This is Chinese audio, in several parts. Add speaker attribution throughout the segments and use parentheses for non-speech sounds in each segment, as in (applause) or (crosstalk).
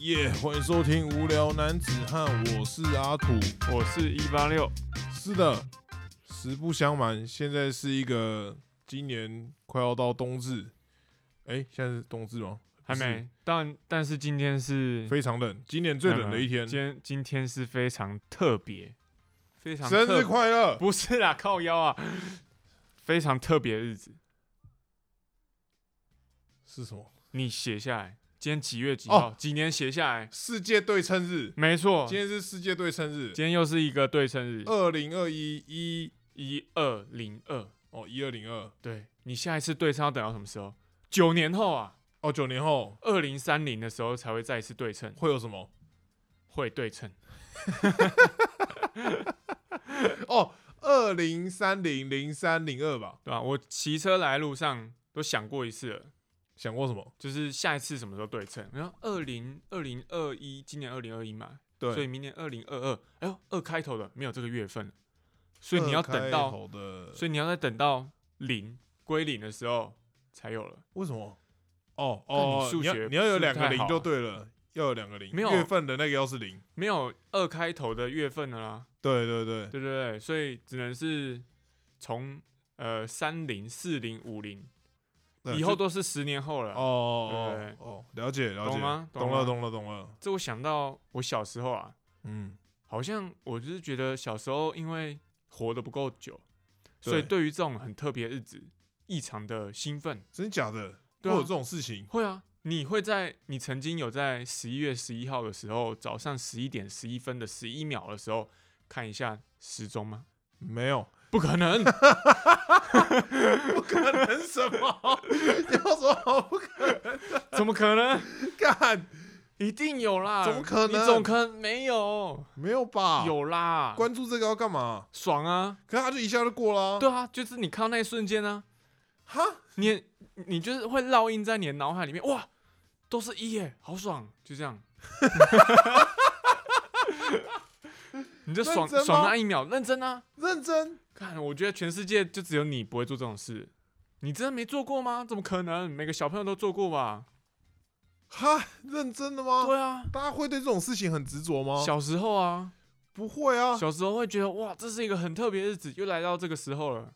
Speaker 1: 耶欢迎收听《无聊男子汉》，我是阿土。
Speaker 2: 我是一八六，
Speaker 1: 是的，实不相瞒，现在是一个今年快要到冬至，哎、现在是冬至吗？
Speaker 2: 还没，但但是今天是
Speaker 1: 非常冷，今年最冷的一天。
Speaker 2: 今天今天是非常特别，非常
Speaker 1: 生
Speaker 2: 特
Speaker 1: 日快乐！
Speaker 2: 不是啦，靠腰啊，非常特别的日子，
Speaker 1: 是什么？
Speaker 2: 你写下来，今天几月几号，几年写下来，
Speaker 1: 世界对称日，
Speaker 2: 没错，
Speaker 1: 哦今天是世界对称日，
Speaker 2: 今天又是一个对称日，
Speaker 1: 二零二一一
Speaker 2: 一二零二，
Speaker 1: 哦一二零二
Speaker 2: 对你下一次对称要等到什么时候？九年后啊，
Speaker 1: 哦九年后
Speaker 2: 二零三零的时候才会再一次对称，
Speaker 1: 会有什么？
Speaker 2: 会对称，
Speaker 1: 哦，二零三零零三零二吧？
Speaker 2: 对吧、我骑车来路上都想过一次了。
Speaker 1: 想过什么？
Speaker 2: 就是下一次什么时候对称？然后二零二零二一，今年二零二一嘛，所以
Speaker 1: 对，
Speaker 2: 明年二零二二，哎呦，二开头的没有这个月份了，所以你要等
Speaker 1: 二开
Speaker 2: 到，
Speaker 1: 头的，
Speaker 2: 所以你要再等到零归零的时候才有了。
Speaker 1: 为什么？哦
Speaker 2: 看你
Speaker 1: 哦，
Speaker 2: 数
Speaker 1: 要
Speaker 2: 学
Speaker 1: 你要有
Speaker 2: 是不
Speaker 1: 两个
Speaker 2: 太
Speaker 1: 零
Speaker 2: 好
Speaker 1: 就
Speaker 2: 啊
Speaker 1: 对了，要有两个零，
Speaker 2: 没有
Speaker 1: 月份的那个要是零，
Speaker 2: 没有二开头的月份了啦，
Speaker 1: 对对对，
Speaker 2: 对对对，所以只能是从呃三零四零五零
Speaker 1: 对
Speaker 2: 以后
Speaker 1: 就
Speaker 2: 都是十年后了。
Speaker 1: 哦哦
Speaker 2: 对
Speaker 1: 哦哦，了解了解，
Speaker 2: 懂吗
Speaker 1: 懂
Speaker 2: 懂
Speaker 1: 了
Speaker 2: 吗
Speaker 1: 懂了懂了，
Speaker 2: 这我想到我小时候啊，
Speaker 1: 嗯，
Speaker 2: 好像我就是觉得小时候因为活得不够久，所以
Speaker 1: 对
Speaker 2: 对于这种很特别的日子异常的兴奋。
Speaker 1: 真假的会
Speaker 2: 对啊
Speaker 1: 有这种事情？
Speaker 2: 会啊，你会在你曾经有在十一月十一号的时候，早上十一点十一分的十一秒的时候看一下时钟吗？
Speaker 1: 没有，
Speaker 2: 不可能，
Speaker 1: 不可能什么？ (laughs) 要说好不可
Speaker 2: 怎么可能？
Speaker 1: 干？
Speaker 2: 一定有啦！
Speaker 1: 怎么可能
Speaker 2: 你怎么可能没有？
Speaker 1: 没有吧？
Speaker 2: 有啊啦，
Speaker 1: 关注这个要干嘛？
Speaker 2: 爽啊！
Speaker 1: 可是他就一下就过了、啊，
Speaker 2: 对啊，就是你看到那一瞬间啊，
Speaker 1: 哈，
Speaker 2: 你也你就是会烙印在你的脑海里面，哇，都是一耶，好爽，就这样。 (laughs) 你就爽
Speaker 1: 认真吗
Speaker 2: 爽那一秒，认真啊！
Speaker 1: 认真
Speaker 2: 看，我觉得全世界就只有你不会做这种事，你真的没做过吗？怎么可能？每个小朋友都做过吧？
Speaker 1: 哈，认真的吗？
Speaker 2: 对啊，
Speaker 1: 大家会对这种事情很执着吗？
Speaker 2: 小时候啊，
Speaker 1: 不会啊，
Speaker 2: 小时候会觉得哇，这是一个很特别的日子，又来到这个时候了。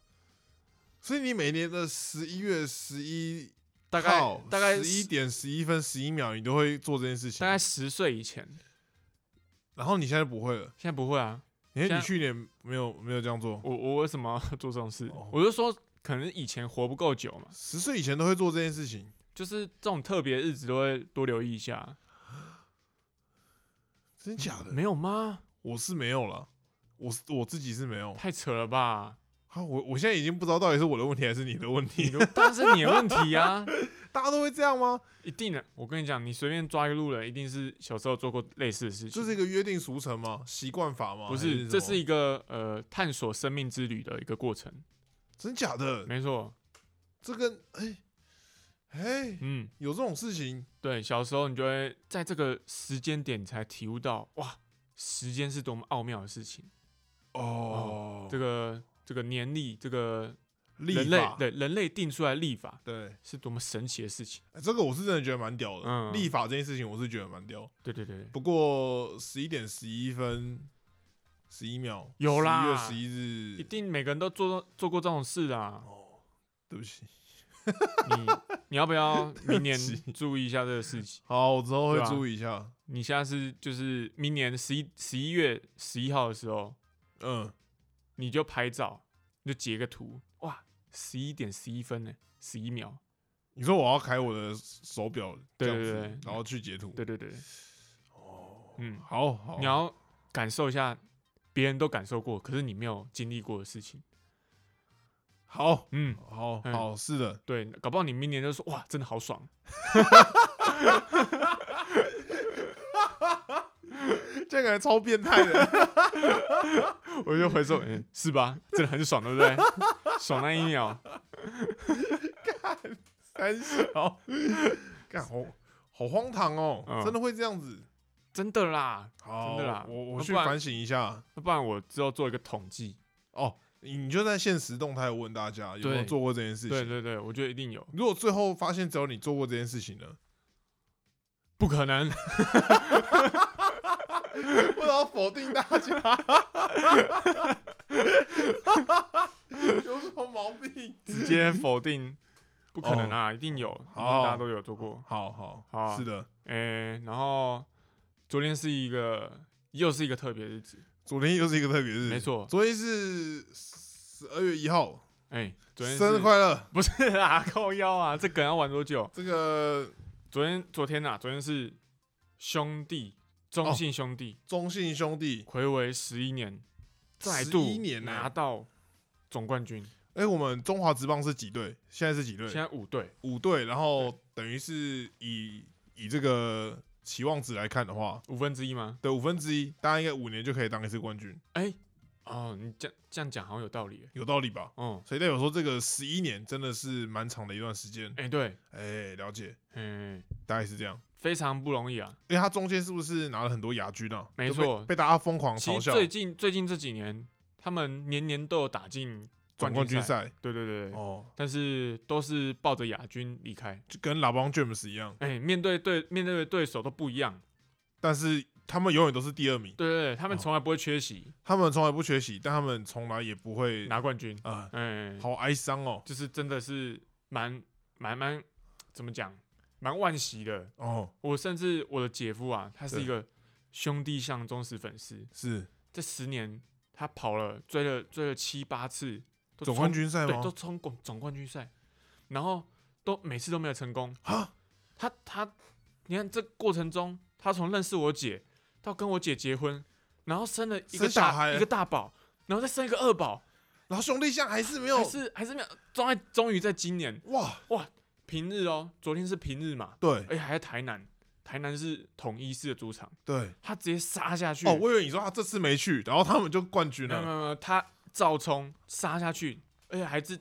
Speaker 1: 所以你每年的十一月十一
Speaker 2: 大概大概
Speaker 1: 十一点十一分十一秒，你都会做这件事情。
Speaker 2: 大概十岁以前，
Speaker 1: 然后你现在不会了，
Speaker 2: 现在不会啊。
Speaker 1: 因为
Speaker 2: 现
Speaker 1: 你
Speaker 2: 在
Speaker 1: 去年没有没有这样做，
Speaker 2: 我我为什么要 (laughs) 做这种事？
Speaker 1: 哦
Speaker 2: 我就说，可能以前活不够久嘛，
Speaker 1: 十岁以前都会做这件事情，
Speaker 2: 就是这种特别的日子都会多留意一下。
Speaker 1: 真假的？
Speaker 2: 没有吗？
Speaker 1: 我是没有了，我是我自己是没有。
Speaker 2: 太扯了吧！
Speaker 1: 啊，我我现在已经不知道到底是我的问题还是你的问
Speaker 2: 你 (laughs)
Speaker 1: 题，
Speaker 2: 都当然是你的问题啊！ (laughs)
Speaker 1: 大家都会这样吗？
Speaker 2: 一定的，我跟你讲，你随便抓一个路人，一定是小时候做过类似的事情。
Speaker 1: 这是一个约定俗成吗？习惯法吗？
Speaker 2: 不
Speaker 1: 还
Speaker 2: 是，
Speaker 1: 什
Speaker 2: 这
Speaker 1: 么
Speaker 2: 是一个呃探索生命之旅的一个过程。
Speaker 1: 真假的？
Speaker 2: 没错，
Speaker 1: 这跟哎哎
Speaker 2: 嗯，
Speaker 1: 有这种事情，
Speaker 2: 对，小时候你就会在这个时间点才体悟到，哇，时间是多么奥妙的事情。
Speaker 1: 哦，
Speaker 2: 这个这个年历，这个
Speaker 1: 立
Speaker 2: 人类
Speaker 1: 法
Speaker 2: 对人类定出来的历法
Speaker 1: 对，
Speaker 2: 是多么神奇的事情。
Speaker 1: 欸这个我是真的觉得蛮屌的。
Speaker 2: 嗯
Speaker 1: 立法这件事情我是觉得蛮屌，
Speaker 2: 对对对，对
Speaker 1: 不过十一点十一分十一秒
Speaker 2: 有啦
Speaker 1: 十一月十一
Speaker 2: 一
Speaker 1: 日，
Speaker 2: 定每个人都做做过这种事啊。
Speaker 1: 哦，对不起，
Speaker 2: 你你要
Speaker 1: (laughs)
Speaker 2: 不要明年
Speaker 1: 对不
Speaker 2: 注意一下这个事情？
Speaker 1: 好，我之后会
Speaker 2: 对啊
Speaker 1: 注意一下。
Speaker 2: 你下次就是明年十一十一月十一号的时候，
Speaker 1: 嗯，
Speaker 2: 你就拍照，你就截个图，哇，十一点十一分呢，十一秒，
Speaker 1: 你说我要开我的手表这
Speaker 2: 对
Speaker 1: 样
Speaker 2: 对
Speaker 1: 子
Speaker 2: 对，
Speaker 1: 然后去截图，
Speaker 2: 对对对，
Speaker 1: 哦，
Speaker 2: 嗯，
Speaker 1: 好好，
Speaker 2: 你要感受一下别人都感受过，可是你没有经历过的事情，
Speaker 1: 好
Speaker 2: 嗯，
Speaker 1: 好
Speaker 2: 嗯
Speaker 1: 好是的，
Speaker 2: 对，搞不好你明年就说哇，真的好爽，
Speaker 1: (laughs) 这个超变态的，
Speaker 2: 我就回说，嗯，是吧？真的很爽，对不对？爽那一秒，
Speaker 1: 三小，干好好荒唐哦，
Speaker 2: 嗯
Speaker 1: 真的会这样子。
Speaker 2: 真的啦，
Speaker 1: 好，
Speaker 2: 真的啦
Speaker 1: 我我
Speaker 2: 那
Speaker 1: 去
Speaker 2: 不然
Speaker 1: 反省一下。
Speaker 2: 那不然我之后做一个统计，
Speaker 1: 哦，你就在现实动态问大家有没有
Speaker 2: 对
Speaker 1: 做过这件事
Speaker 2: 对
Speaker 1: 情。
Speaker 2: 对对，我觉得一定有。
Speaker 1: 如果最后发现只有你做过这件事情呢？
Speaker 2: 不可能，
Speaker 1: 为什么要否定大家？有什么毛病？
Speaker 2: 直接否定， (laughs) 不可能啊，一定有，一定
Speaker 1: 好
Speaker 2: 大家都有做过。
Speaker 1: 好好
Speaker 2: 好啊
Speaker 1: 是的，
Speaker 2: 诶、然后昨天是一个又是一个特别日子，
Speaker 1: 昨天又是一个特别日，
Speaker 2: 没错
Speaker 1: 昨天是十二月一号，
Speaker 2: 哎、昨天是
Speaker 1: 生日快乐。
Speaker 2: 不是啦， (laughs) 靠腰啊，这梗要玩多久？
Speaker 1: 这个
Speaker 2: 昨天昨天啊，昨天是兄弟中信兄弟
Speaker 1: 中信兄弟，
Speaker 2: 暌违十一年，再度
Speaker 1: 11年欸
Speaker 2: 拿到总冠军，
Speaker 1: 哎、我们中华职棒是几队？现在是几队
Speaker 2: 现？在五队，
Speaker 1: 五队。然后等于是以以这个期望值来看的话，
Speaker 2: 五分之一吗？
Speaker 1: 的五分之一，大家应该五年就可以当一次冠军，
Speaker 2: 哎、哦，你这样这样讲好像有道理耶，
Speaker 1: 有道理吧？
Speaker 2: 嗯，
Speaker 1: 所以代表说，这个十一年真的是蛮长的一段时间。
Speaker 2: 哎、对，
Speaker 1: 哎、了解，
Speaker 2: 哎、
Speaker 1: 大概是这样。
Speaker 2: 非常不容易啊。
Speaker 1: 因为他中间是不是拿了很多亚军啊？
Speaker 2: 没
Speaker 1: 就被
Speaker 2: 错
Speaker 1: 被大家疯狂
Speaker 2: 其
Speaker 1: 嘲
Speaker 2: 实
Speaker 1: 笑。
Speaker 2: 最近最近这几年，他们年年都有打进
Speaker 1: 总
Speaker 2: 冠
Speaker 1: 冠军
Speaker 2: 赛，
Speaker 1: 赛
Speaker 2: 对对对，对
Speaker 1: 哦，
Speaker 2: 但是都是抱着亚军离开。
Speaker 1: 就跟老帮 James 一样，
Speaker 2: 哎、面对对面对的对手都不一样，
Speaker 1: 但是他们永远都是第二名，
Speaker 2: 对对对，他们
Speaker 1: 哦
Speaker 2: 从来不会缺席
Speaker 1: 他们从来不缺席，但他们从来也不会
Speaker 2: 拿冠军。
Speaker 1: 啊、
Speaker 2: 哎、
Speaker 1: 好哀伤哦
Speaker 2: 就是真的是蛮蛮蛮怎么讲，蛮惋惜的。
Speaker 1: 哦，
Speaker 2: 我甚至我的姐夫啊，他是
Speaker 1: 对
Speaker 2: 一个兄弟像忠实粉丝，
Speaker 1: 是
Speaker 2: 这十年他跑了追了追了七八次，都
Speaker 1: 总
Speaker 2: 冲
Speaker 1: 冠军赛
Speaker 2: 对，都
Speaker 1: 吗？
Speaker 2: 冲总总冠军赛，然后都每次都没有成功。
Speaker 1: 啊，
Speaker 2: 他他，你看这过程中，他从认识我姐到跟我姐结婚，然后生了一个
Speaker 1: 生小
Speaker 2: 大
Speaker 1: 孩
Speaker 2: 一个大宝，然后再生一个二宝，
Speaker 1: 然后兄弟象还是没有
Speaker 2: 还是还是没有，终在终于在今年
Speaker 1: 哇，
Speaker 2: 平日哦，昨天是平日嘛，
Speaker 1: 对
Speaker 2: 而且还在台南，台南是统一式的主场，
Speaker 1: 对
Speaker 2: 他直接杀下去。
Speaker 1: 哦，我以为你说他这次没去，然后他们就冠军
Speaker 2: 没有没
Speaker 1: 了，
Speaker 2: 有没有，他照冲杀下去，而且还是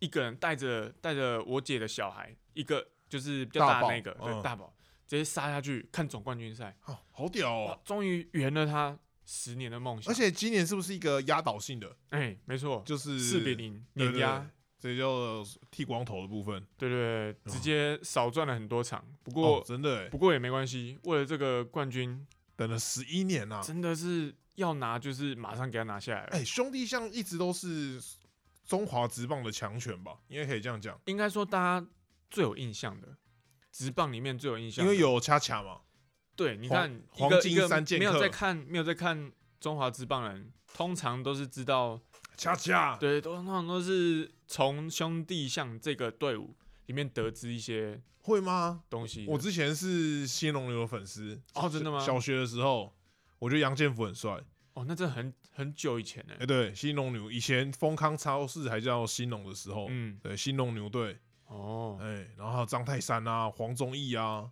Speaker 2: 一个人带着带着我姐的小孩，一个就是比较
Speaker 1: 大
Speaker 2: 大的
Speaker 1: 宝
Speaker 2: 那个，对
Speaker 1: 嗯
Speaker 2: 大宝直接杀下去看总冠军赛，
Speaker 1: 哦，好屌
Speaker 2: 哇
Speaker 1: 哦！，
Speaker 2: 终于圆了他十年的梦想。
Speaker 1: 而，且今年是不是一个压倒性的，
Speaker 2: 哎、没错，
Speaker 1: 就是
Speaker 2: 四比零
Speaker 1: 对
Speaker 2: 碾
Speaker 1: 对
Speaker 2: 压，
Speaker 1: 这就剃光头的部分。
Speaker 2: 对对对，直接少赚了很多场。不过、
Speaker 1: 哦，真的欸
Speaker 2: 不过也没关系，为了这个冠军，
Speaker 1: 等了十一年呐、啊！
Speaker 2: 真的是要拿就是马上给他拿下来了。
Speaker 1: 哎、兄弟象一直都是中华职棒的强权吧，应该可以这样讲，
Speaker 2: 应该说大家最有印象的，职棒里面最有印象
Speaker 1: 因
Speaker 2: 的，
Speaker 1: 为有恰恰嘛，
Speaker 2: 对，你
Speaker 1: 黄
Speaker 2: 看一
Speaker 1: 黄
Speaker 2: 个一
Speaker 1: 金
Speaker 2: 个
Speaker 1: 三剑
Speaker 2: 没有
Speaker 1: 客
Speaker 2: 在看没有在看中华职棒人，通常都是知道，
Speaker 1: 恰恰
Speaker 2: 对，都通常都是从兄弟像这个队伍里面得知一些
Speaker 1: 会吗？
Speaker 2: 东西的。
Speaker 1: 我之前是新龙流的粉丝
Speaker 2: 哦真的吗
Speaker 1: 小学的时候，我觉得杨建福很帅。
Speaker 2: 哦，那真的很很久以前呢、
Speaker 1: 哎、对，新龙牛以前丰康超市还叫新龙的时候，
Speaker 2: 嗯，
Speaker 1: 对，新龙牛队，
Speaker 2: 哦
Speaker 1: 哎、，然后还有张泰山啊、黄宗义啊，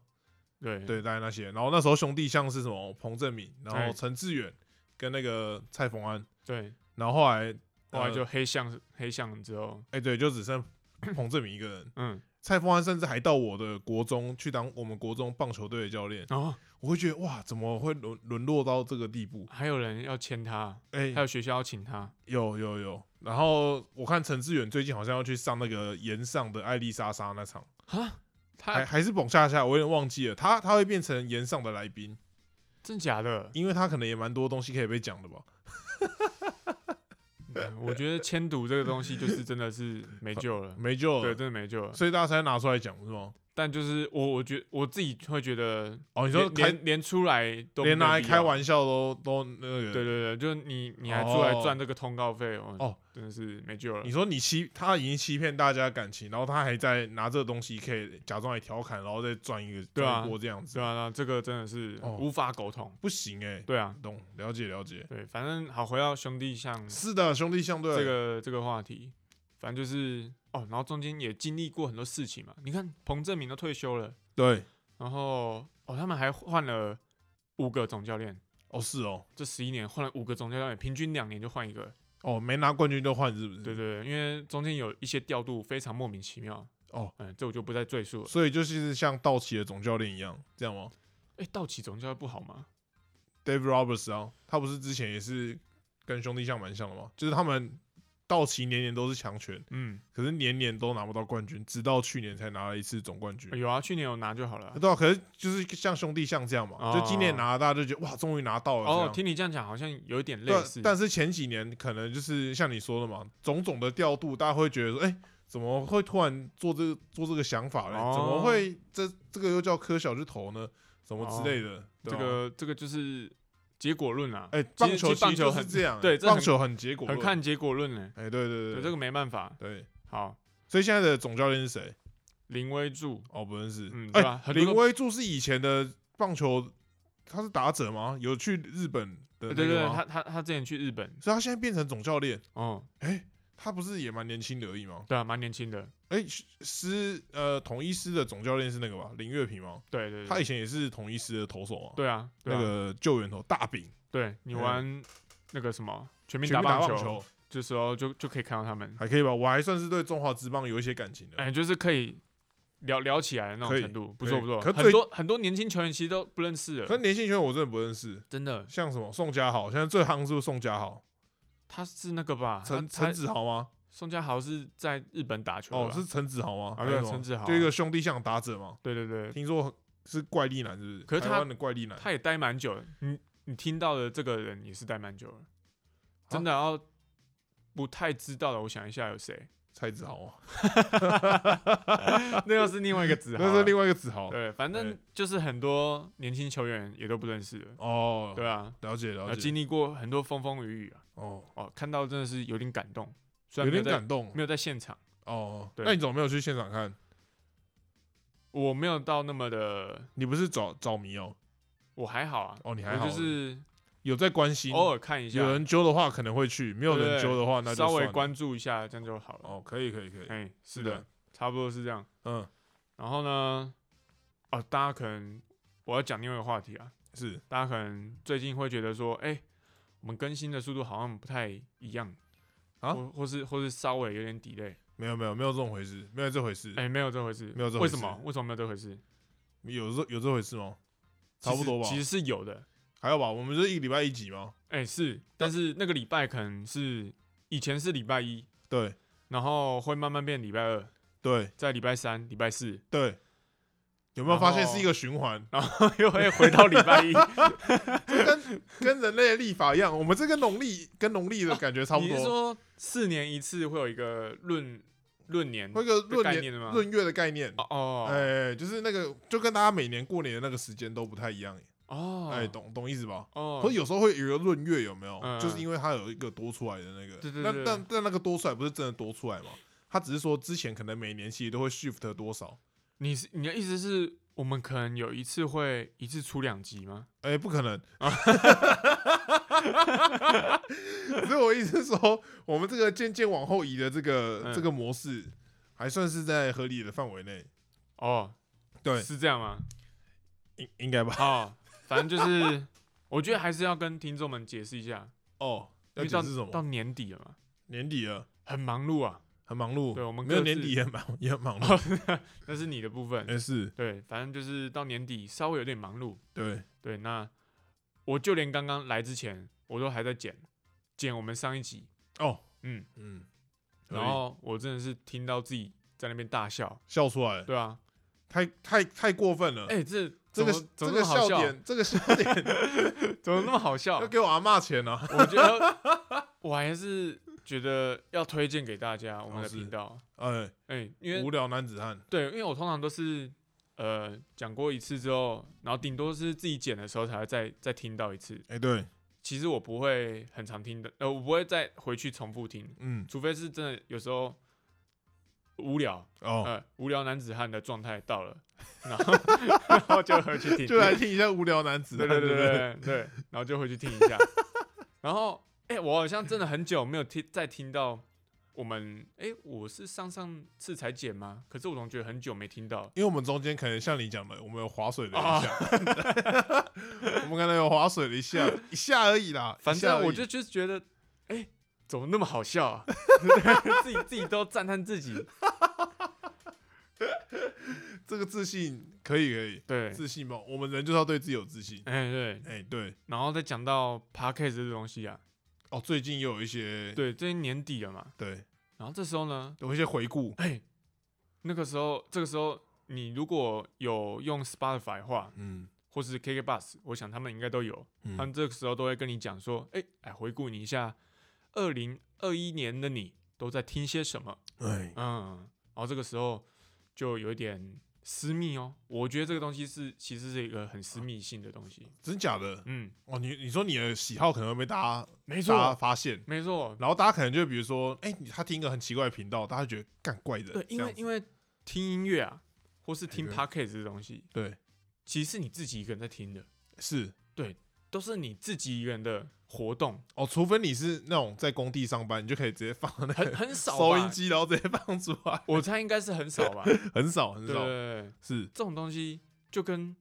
Speaker 2: 对，
Speaker 1: 对，大概那些。然后那时候兄弟像是什么彭正明，然
Speaker 2: 哎
Speaker 1: 后陈志远跟那个蔡冯安，
Speaker 2: 对，
Speaker 1: 然后后来
Speaker 2: 后来
Speaker 1: 呃
Speaker 2: 就黑象黑象之后，
Speaker 1: 哎、对，就只剩 (coughs) 彭正明一个人。
Speaker 2: 嗯，
Speaker 1: 蔡峰安甚至还到我的国中去当我们国中棒球队的教练，
Speaker 2: 然后
Speaker 1: 我会觉得哇，怎么会沦沦落到这个地步？
Speaker 2: 还有人要签他，
Speaker 1: 哎、
Speaker 2: 还有学校要请他，
Speaker 1: 有有有。然后我看陈志远最近好像要去上那个岩上的艾丽莎莎那场，
Speaker 2: 哈，
Speaker 1: 还
Speaker 2: 他
Speaker 1: 还是捧下下，我有点忘记了。他他会变成岩上的来宾，
Speaker 2: 真假的？
Speaker 1: 因为他可能也蛮多东西可以被讲的吧。，
Speaker 2: 嗯我觉得签赌这个东西就是真的是没救了
Speaker 1: (laughs) 没救
Speaker 2: 对，
Speaker 1: 了，
Speaker 2: 真的没救了。
Speaker 1: 所以大家才拿出来讲是吗？
Speaker 2: 但就是我，我觉我自己会觉得，
Speaker 1: 哦，你
Speaker 2: 你
Speaker 1: 说开
Speaker 2: 连连出来都
Speaker 1: 连拿来
Speaker 2: 没有必要
Speaker 1: 开，玩笑都都那个，
Speaker 2: 对对对，就是你你还出来赚这个通告费，哦，
Speaker 1: 哦
Speaker 2: 真的是没救了
Speaker 1: 你。说你欺他已经欺骗大家感情，然后他还在拿这个东西可以假装来调侃，然后再赚一个
Speaker 2: 对啊
Speaker 1: 赚一波这样子，
Speaker 2: 对啊，那这个真的是
Speaker 1: 哦
Speaker 2: 无法苟同。
Speaker 1: 不行哎、
Speaker 2: 对啊，
Speaker 1: 懂了解了解。
Speaker 2: 对，反正好回到兄弟像
Speaker 1: 是的，兄弟相对
Speaker 2: 这个这个话题，反正就是哦，然后中间也经历过很多事情嘛。你看彭正明都退休了，
Speaker 1: 对
Speaker 2: 然后哦，他们还换了五个总教练，
Speaker 1: 哦是哦
Speaker 2: 这十一年换了五个总教练，平均两年就换一个。
Speaker 1: 哦没拿冠军就换是不是？
Speaker 2: 对对，对因为中间有一些调度非常莫名其妙。
Speaker 1: 哦，
Speaker 2: 嗯，这我就不再赘述了。
Speaker 1: 所以就是像道奇的总教练一样，这样吗
Speaker 2: 哎、道奇总教练不好吗？
Speaker 1: ？Dave Roberts 啊，他不是之前也是跟兄弟像蛮像的吗？就是他们道奇年年都是强权，
Speaker 2: 嗯，
Speaker 1: 可是年年都拿不到冠军，直到去年才拿了一次总冠军。
Speaker 2: 有啊，去年有拿就好了啊。
Speaker 1: 对啊，可是就是像兄弟像这样嘛，就今年拿了，大家就觉得哇，终于拿到了这
Speaker 2: 哦
Speaker 1: 样，。
Speaker 2: 听你这样讲，好像有一点类
Speaker 1: 对啊
Speaker 2: 似，。
Speaker 1: 但是前几年可能就是像你说的嘛，种种的调度，大家会觉得说，哎、怎么会突然做这个做这个想法嘞？
Speaker 2: 哦
Speaker 1: 怎么会这这个又叫科小去投呢？什么之类的？对
Speaker 2: 哦这
Speaker 1: 啊
Speaker 2: 个这个就是结果论啊，
Speaker 1: 哎、
Speaker 2: 其实
Speaker 1: 棒球
Speaker 2: 其实棒
Speaker 1: 其实就
Speaker 2: 球
Speaker 1: 是
Speaker 2: 很
Speaker 1: 这样，
Speaker 2: 对这很
Speaker 1: 棒球很结果
Speaker 2: 很
Speaker 1: 论，
Speaker 2: 看结果论呢。
Speaker 1: 哎、对对
Speaker 2: 对，
Speaker 1: 对，
Speaker 2: 这个没办法。
Speaker 1: 对。
Speaker 2: 好，
Speaker 1: 所以现在的总教练是谁？
Speaker 2: 林威柱，
Speaker 1: 哦，不认识。
Speaker 2: 嗯，
Speaker 1: 哎、
Speaker 2: 对吧？很多
Speaker 1: 林
Speaker 2: 都
Speaker 1: 威柱是以前的棒球，他是打者吗？有去日本的那
Speaker 2: 对
Speaker 1: 个吗？
Speaker 2: 对对，他他他之前去日本，
Speaker 1: 所以他现在变成总教练，
Speaker 2: 哦，
Speaker 1: 哎、他不是也蛮年轻的而已吗？
Speaker 2: 对啊，蛮年轻的，
Speaker 1: 哎、师呃，统一师的总教练是那个吧，林月平吗？
Speaker 2: 对对
Speaker 1: 他
Speaker 2: 对，
Speaker 1: 以前也是统一师的投手嘛，、
Speaker 2: 对啊，对
Speaker 1: 那
Speaker 2: 啊，
Speaker 1: 个救援头大饼，
Speaker 2: 对你
Speaker 1: 嗯
Speaker 2: 玩那个什么全民
Speaker 1: 全
Speaker 2: 打
Speaker 1: 民打
Speaker 2: 棒
Speaker 1: 棒
Speaker 2: 球，
Speaker 1: 球
Speaker 2: 这时候就就可以看到他们，
Speaker 1: 还可以吧？我还算是对中华职棒有一些感情的。
Speaker 2: 哎，就是可以聊聊起来的
Speaker 1: 可
Speaker 2: 那种
Speaker 1: 以
Speaker 2: 程度，不
Speaker 1: 可
Speaker 2: 错
Speaker 1: 以
Speaker 2: 不错。
Speaker 1: 可
Speaker 2: 很
Speaker 1: 最
Speaker 2: 多很多年轻球员其实都不认识
Speaker 1: 可
Speaker 2: 了，
Speaker 1: 是年轻球员我真的不认识，
Speaker 2: 真的，
Speaker 1: 像什么宋佳豪，现在最夯是不是宋佳豪？
Speaker 2: 他是那个吧？他
Speaker 1: 陈
Speaker 2: 啊他
Speaker 1: 陈子豪吗？
Speaker 2: 宋佳豪是在日本打球的
Speaker 1: 哦，
Speaker 2: 吧，
Speaker 1: 是陈子豪吗？
Speaker 2: 啊
Speaker 1: 还是
Speaker 2: 对
Speaker 1: 什么
Speaker 2: 陈子豪
Speaker 1: 就一个兄弟像打者嘛，
Speaker 2: 对对对，
Speaker 1: 听说是怪力男，是不是？
Speaker 2: 可是他
Speaker 1: 台湾的怪力男，
Speaker 2: 他也待蛮久了。你你听到的这个人也是待蛮久了，真的。然后不太知道的，我想一下有
Speaker 1: (laughs)
Speaker 2: 谁？
Speaker 1: 蔡子豪啊，
Speaker 2: 那又是另外一
Speaker 1: (laughs)
Speaker 2: 个子豪
Speaker 1: 那是
Speaker 2: 了。
Speaker 1: 另外一个子豪。
Speaker 2: 对，反正就是很多年轻球员也都不认识了，
Speaker 1: 哦，
Speaker 2: 对啊，
Speaker 1: 了解了
Speaker 2: 呃，
Speaker 1: 解
Speaker 2: 经。历过很多风风雨雨啊，
Speaker 1: 哦，
Speaker 2: 哦，看到真的是有点感动，虽
Speaker 1: 有
Speaker 2: 然没
Speaker 1: 点
Speaker 2: 在
Speaker 1: 感动
Speaker 2: 没有在现场，
Speaker 1: 哦。
Speaker 2: 对
Speaker 1: 那你怎么没有去现场看？
Speaker 2: 我没有到那么的，
Speaker 1: 你不是找找迷哦？
Speaker 2: 我还好啊，
Speaker 1: 哦，你还
Speaker 2: 我
Speaker 1: 好，
Speaker 2: 就是
Speaker 1: 有在关心。
Speaker 2: 偶尔看一下，
Speaker 1: 有人揪的话可能会去，没有
Speaker 2: 对
Speaker 1: 人
Speaker 2: 对
Speaker 1: 揪的话那就
Speaker 2: 稍微
Speaker 1: 算了
Speaker 2: 关注一下，这样就好了。
Speaker 1: 哦，可以可以可以，
Speaker 2: 哎，是
Speaker 1: 是的
Speaker 2: 的，差不多是这样。
Speaker 1: 嗯，
Speaker 2: 然后呢，啊，大家可能我要讲另外一个话题啊，
Speaker 1: 是
Speaker 2: 大家可能最近会觉得说，哎、我们更新的速度好像不太一样
Speaker 1: 啊
Speaker 2: 或或是或是稍微有点 delay，
Speaker 1: 没有没有没有这种回事，没有这回事
Speaker 2: 哎、，没有这回事，
Speaker 1: 没有这
Speaker 2: 为
Speaker 1: 回
Speaker 2: 什
Speaker 1: 事
Speaker 2: 么？为什么没有这回事？
Speaker 1: 有这有这回事吗？差不多吧
Speaker 2: 其实，其实是有的，
Speaker 1: 还有吧，我们就是一个礼拜一集吗？
Speaker 2: 哎、是，但是那个礼拜可能是以前是礼拜一，
Speaker 1: 对
Speaker 2: 然后会慢慢变礼拜二，
Speaker 1: 对
Speaker 2: 在礼拜三、礼拜四， (laughs)
Speaker 1: 对，有没有发现
Speaker 2: 然后
Speaker 1: 是一个循环？
Speaker 2: 然后又会回到礼拜一，
Speaker 1: 跟人类的历法一样，我们这跟农历跟农历的感觉 (laughs) 差不
Speaker 2: (laughs) 你是
Speaker 1: 多，
Speaker 2: 说四年一次会有一个闰闰年？
Speaker 1: 会一个闰
Speaker 2: 概念
Speaker 1: 年
Speaker 2: 的吗
Speaker 1: 闰月的概念。
Speaker 2: 哦哦
Speaker 1: 哎，就是那个，就跟大家每年过年的那个时间都不太一样，
Speaker 2: 哦，
Speaker 1: 哎，懂懂意思吧？
Speaker 2: 哦，
Speaker 1: 或者有时候会有一个闰月，有没有？
Speaker 2: 嗯
Speaker 1: 就是因为它有一个多出来的那个，
Speaker 2: 对对对
Speaker 1: 但但但那个多出来不是真的多出来嘛？它只是说之前可能每年其实都会 shift 多少，
Speaker 2: 你是你的意思是我们可能有一次会一次出两集吗？
Speaker 1: 哎、不可能。
Speaker 2: 啊
Speaker 1: (laughs) 所以我意思是说，我们这个渐渐往后移的这个、
Speaker 2: 嗯
Speaker 1: 这个模式，还算是在合理的范围内，
Speaker 2: 哦，
Speaker 1: 对
Speaker 2: 是这样吗？
Speaker 1: 应应该吧？
Speaker 2: 哦，反正就是我觉得还是要跟听众们解释一下，
Speaker 1: 哦，
Speaker 2: 因
Speaker 1: 要
Speaker 2: 为
Speaker 1: 解
Speaker 2: 到
Speaker 1: 释什么？
Speaker 2: 到年底了嘛，
Speaker 1: 年底了，
Speaker 2: 很忙碌啊。
Speaker 1: 很忙碌。
Speaker 2: 对我们
Speaker 1: 没有
Speaker 2: 各自哦
Speaker 1: 年底也很忙， (laughs) 也很忙碌。
Speaker 2: 那是你的部分，
Speaker 1: 哎、是，
Speaker 2: 对，反正就是到年底稍微有点忙碌。
Speaker 1: 对，
Speaker 2: 对，那我就连刚刚来之前，我都还在剪剪我们上一集，
Speaker 1: 哦，
Speaker 2: 嗯，
Speaker 1: 嗯，
Speaker 2: 然后我真的是听到自己在那边大笑，
Speaker 1: 笑出来了，
Speaker 2: 对啊，
Speaker 1: 太太太过分了。
Speaker 2: 哎、这
Speaker 1: 呃这个
Speaker 2: 怎么怎
Speaker 1: 这
Speaker 2: 么
Speaker 1: 个
Speaker 2: 那么好
Speaker 1: 笑
Speaker 2: 笑，
Speaker 1: 点，这个笑
Speaker 2: (laughs)
Speaker 1: 点
Speaker 2: 怎么那么好笑
Speaker 1: (laughs) 要？给我阿妈钱啊！ (laughs)
Speaker 2: 我觉得我还是觉得要推荐给大家我们的
Speaker 1: 哦是
Speaker 2: 频道，
Speaker 1: 哎，
Speaker 2: 哎、因为
Speaker 1: 无聊男子汉，
Speaker 2: 对，因为我通常都是呃讲过一次之后，然后顶多是自己剪的时候才会再再听到一次。
Speaker 1: 哎、对，
Speaker 2: 其实我不会很常听的，呃，我不会再回去重复听，
Speaker 1: 嗯，
Speaker 2: 除非是真的有时候无聊，
Speaker 1: 哦，
Speaker 2: 呃，无聊男子汉的状态到了， (laughs) 然后然后就回去听，
Speaker 1: 就来听一下无聊男子
Speaker 2: (laughs) 对
Speaker 1: 汉，
Speaker 2: 对对
Speaker 1: 对
Speaker 2: 对对，然后就回去听一下。 (laughs) 然后，哎、我好像真的很久没有听再听到我们，哎、我是上上次才剪吗？可是我总觉得很久没听到。啊
Speaker 1: 因为我们中间可能像你讲的，我们有划水
Speaker 2: (laughs)
Speaker 1: 的一下，我们可能有划水了一
Speaker 2: (laughs)
Speaker 1: 下，一下而已啦。
Speaker 2: 反
Speaker 1: 一下而
Speaker 2: 正
Speaker 1: 已
Speaker 2: 我就就是觉得，哎、怎么那么好
Speaker 1: (laughs)
Speaker 2: 笑啊？自己自己都赞叹自己。
Speaker 1: 这个自信可以可以，
Speaker 2: 对，
Speaker 1: 自信吧，我们人就是要对自己有自信。
Speaker 2: 哎、对。
Speaker 1: 哎、对，
Speaker 2: 然后再讲到 podcast 这东西啊，
Speaker 1: 哦，最近又有一些
Speaker 2: 对，这年底了嘛，
Speaker 1: 对
Speaker 2: 然后这时候呢，
Speaker 1: 有一些回顾，
Speaker 2: 哎，那个时候，这个时候你如果有用 Spotify 的话，
Speaker 1: 嗯
Speaker 2: 或是 KK Bus，我想他们应该都有，他
Speaker 1: 嗯
Speaker 2: 们这个时候都会跟你讲说，哎，哎，回顾你一下，二零二一年的你都在听些什么？
Speaker 1: 哎
Speaker 2: 嗯，然后这个时候就有一点私密哦，我觉得这个东西是其实是一个很私密性的东西，
Speaker 1: 真假的
Speaker 2: 嗯，
Speaker 1: 哦，你你说你的喜好可能会被大家
Speaker 2: 没
Speaker 1: 大家，发现，
Speaker 2: 没错，
Speaker 1: 然后大家可能就比如说，哎、你他听一个很奇怪的频道，大家就觉得干怪的，
Speaker 2: 对，因
Speaker 1: 这
Speaker 2: 为
Speaker 1: 样子哎
Speaker 2: 因为听音乐啊，或是听
Speaker 1: 对
Speaker 2: podcast 这东西，
Speaker 1: 对
Speaker 2: 其实是你自己一个人在听的，
Speaker 1: 是
Speaker 2: 都是你自己一个人的活动，
Speaker 1: 哦，除非你是那种在工地上班，你就可以直接放那
Speaker 2: (laughs) 很
Speaker 1: 个
Speaker 2: 很少
Speaker 1: 收音
Speaker 2: 吧？
Speaker 1: 机，然后直接放出来， (laughs)
Speaker 2: 我猜应该是 (laughs) 很少吧？
Speaker 1: 很少很
Speaker 2: 对
Speaker 1: 少，
Speaker 2: 对，
Speaker 1: 是
Speaker 2: 这种东西就跟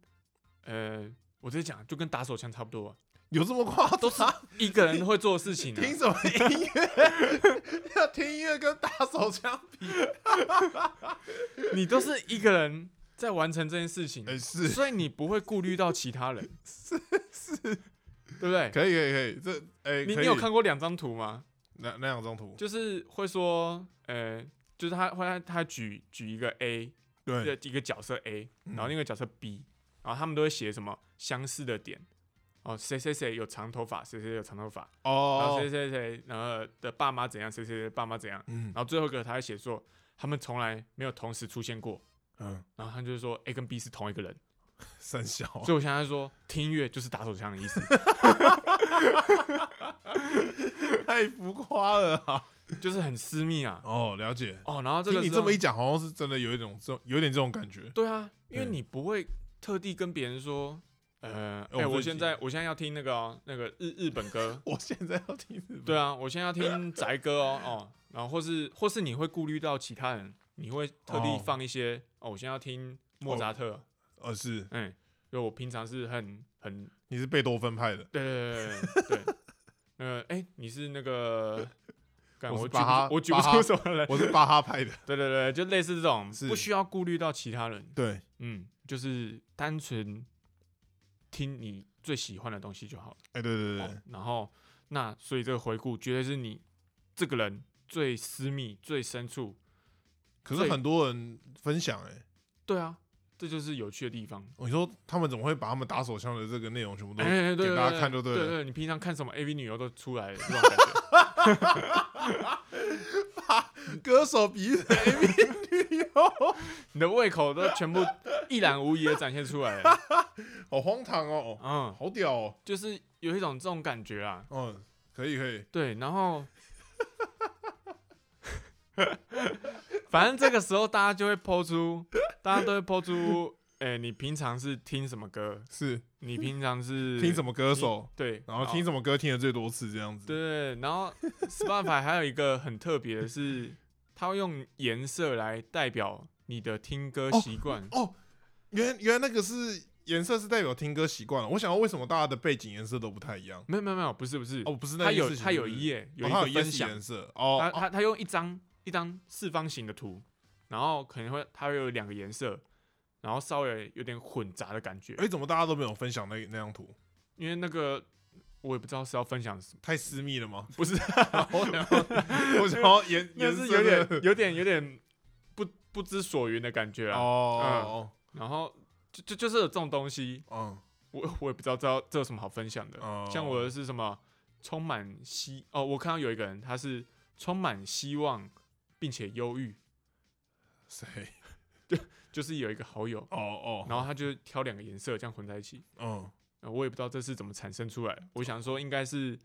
Speaker 2: 呃，我直接讲，就跟打手枪差不多、啊， (laughs)
Speaker 1: 有这么夸张？
Speaker 2: 都是一个人会做的事情、 (laughs) 啊。
Speaker 1: 听什么音乐？要听音乐跟打手枪
Speaker 2: (laughs)
Speaker 1: 比？
Speaker 2: 你都是一个人在完成这件事情，啊
Speaker 1: 哎、是
Speaker 2: 所以你不会顾虑到其他人， (laughs) 是是，对不对？
Speaker 1: 可以可以可以，这哎、
Speaker 2: 你
Speaker 1: 可
Speaker 2: 你
Speaker 1: 以
Speaker 2: 有看过两张图吗？
Speaker 1: 哪哪两张图？
Speaker 2: 就是会说，呃，就是他会他举举一个 A
Speaker 1: 对，
Speaker 2: 的一个角色 A，
Speaker 1: 嗯
Speaker 2: 然后那个角色 B，然后他们都会写什么相似的点，哦，谁谁谁有长头发，谁谁谁有长头发，然
Speaker 1: 哦
Speaker 2: 后谁，谁谁然后的爸妈怎样，谁谁谁的爸妈怎样，
Speaker 1: 嗯
Speaker 2: 然后最后一个他会写说他们从来没有同时出现过，
Speaker 1: 嗯，
Speaker 2: 然后他就是说 A 跟 B 是同一个人，
Speaker 1: 三小，啊
Speaker 2: 所以我现在说听音乐就是打手枪的意思， (laughs)
Speaker 1: 太浮夸了啊！
Speaker 2: 就是很私密啊。
Speaker 1: 哦，了解。
Speaker 2: 哦，然后这个
Speaker 1: 听你
Speaker 2: 时
Speaker 1: 这
Speaker 2: 候
Speaker 1: 么一讲，好像是真的有一种这种有点这种感觉。
Speaker 2: 对啊，因为
Speaker 1: 对
Speaker 2: 你不会特地跟别人说，呃，
Speaker 1: 哎我
Speaker 2: 哎、我
Speaker 1: 最
Speaker 2: 现
Speaker 1: 近，
Speaker 2: 在我现在要听那个、哦、那个日日本歌
Speaker 1: (laughs) 我现在要听日本
Speaker 2: 对啊，我现在要听宅歌哦哦，然后或是或是你会顾虑到其他人，你会特地
Speaker 1: 哦
Speaker 2: 放一些哦我现在要听莫扎特，
Speaker 1: 呃，是
Speaker 2: 嗯，因为我平常是很很
Speaker 1: 你是贝多芬派的，
Speaker 2: 对对对对对对，呃，哎、你是那个。干
Speaker 1: 我是
Speaker 2: 我举
Speaker 1: 巴哈
Speaker 2: 不出我举不
Speaker 1: 巴哈
Speaker 2: 出什么来，
Speaker 1: 我是巴哈派的。
Speaker 2: 对对对，就类似这种，
Speaker 1: 是
Speaker 2: 不需要顾虑到其他人，
Speaker 1: (laughs) 对，
Speaker 2: 嗯，就是单纯听你最喜欢的东西就好了。
Speaker 1: 哎、对对对
Speaker 2: 哦然后那所以这个回顾绝对是你这个人最私密、最深处。
Speaker 1: 可是
Speaker 2: 最
Speaker 1: 很多人分享、哎、
Speaker 2: 对啊，这就是有趣的地方。
Speaker 1: 你说他们怎么会把他们打手枪的这个内容全部都？
Speaker 2: 哎、
Speaker 1: 给
Speaker 2: 对对
Speaker 1: 大家
Speaker 2: 对
Speaker 1: 看就对
Speaker 2: 对
Speaker 1: 了
Speaker 2: 对，你平常看什么 AV 女优都出来了，这种感觉。 (laughs)
Speaker 1: 歌手比喻的 AV 女优，
Speaker 2: 你的胃口都全部一览无遗的展现出来了。
Speaker 1: 好荒唐哦，
Speaker 2: 嗯，
Speaker 1: 好屌哦，
Speaker 2: 就是有一种这种感觉啊。
Speaker 1: 嗯，可以可以，
Speaker 2: 对，然后，反正这个时候大家就会抛出，大家都会抛出，哎、你平常是听什么歌？
Speaker 1: 是
Speaker 2: 你平常是
Speaker 1: 听什
Speaker 2: 么？
Speaker 1: 么歌手，
Speaker 2: 对，
Speaker 1: 然后听
Speaker 2: 什
Speaker 1: 什么歌听的最多次这样子。
Speaker 2: 对，
Speaker 1: (laughs)
Speaker 2: 然后 Spotify 还有一个很特别的是，它会用颜色来代表你的听歌
Speaker 1: 哦
Speaker 2: 习惯。
Speaker 1: 哦，原原来那个是颜色是代表听歌习惯了。我想到为什么大家的背景颜色都不太一样？
Speaker 2: 没有没有没有，不是不是，
Speaker 1: 哦，不是那
Speaker 2: 它
Speaker 1: 件
Speaker 2: 有
Speaker 1: 事情
Speaker 2: 它
Speaker 1: 是
Speaker 2: 有
Speaker 1: 不是
Speaker 2: 一页有
Speaker 1: 哦
Speaker 2: 一
Speaker 1: 它有
Speaker 2: 个
Speaker 1: 页
Speaker 2: 分
Speaker 1: 是
Speaker 2: 享
Speaker 1: 颜色哦
Speaker 2: 他他他用一张一张四方形的图，然后可能会它会有两个颜色，然后稍微有点混杂的感觉
Speaker 1: 哎、，诶怎么大家都没有分享那那张图？
Speaker 2: 因为那个我也不知道是要分享什
Speaker 1: (laughs)
Speaker 2: 么，
Speaker 1: 太私密了
Speaker 2: (laughs)
Speaker 1: 吗？
Speaker 2: 不是，
Speaker 1: 我想要，我想要颜
Speaker 2: 就
Speaker 1: 颜色
Speaker 2: 是
Speaker 1: (laughs)
Speaker 2: 有
Speaker 1: 的
Speaker 2: 点有点有点不不知所云的感觉啊。
Speaker 1: 哦
Speaker 2: 然后就就就是有这种东西，
Speaker 1: 哦
Speaker 2: 我 (laughs) 我也不知道知道这有什么好分享的。
Speaker 1: 哦，
Speaker 2: 嗯像我的是什么充满希哦，我看到有一个人他是充满希望并且忧郁，
Speaker 1: 谁
Speaker 2: 就是有一个好友，
Speaker 1: 哦哦，
Speaker 2: 然后他就挑两个颜色这样混在一起。
Speaker 1: 嗯
Speaker 2: 呃我也不知道这是怎么产生出来的。我想说，应该是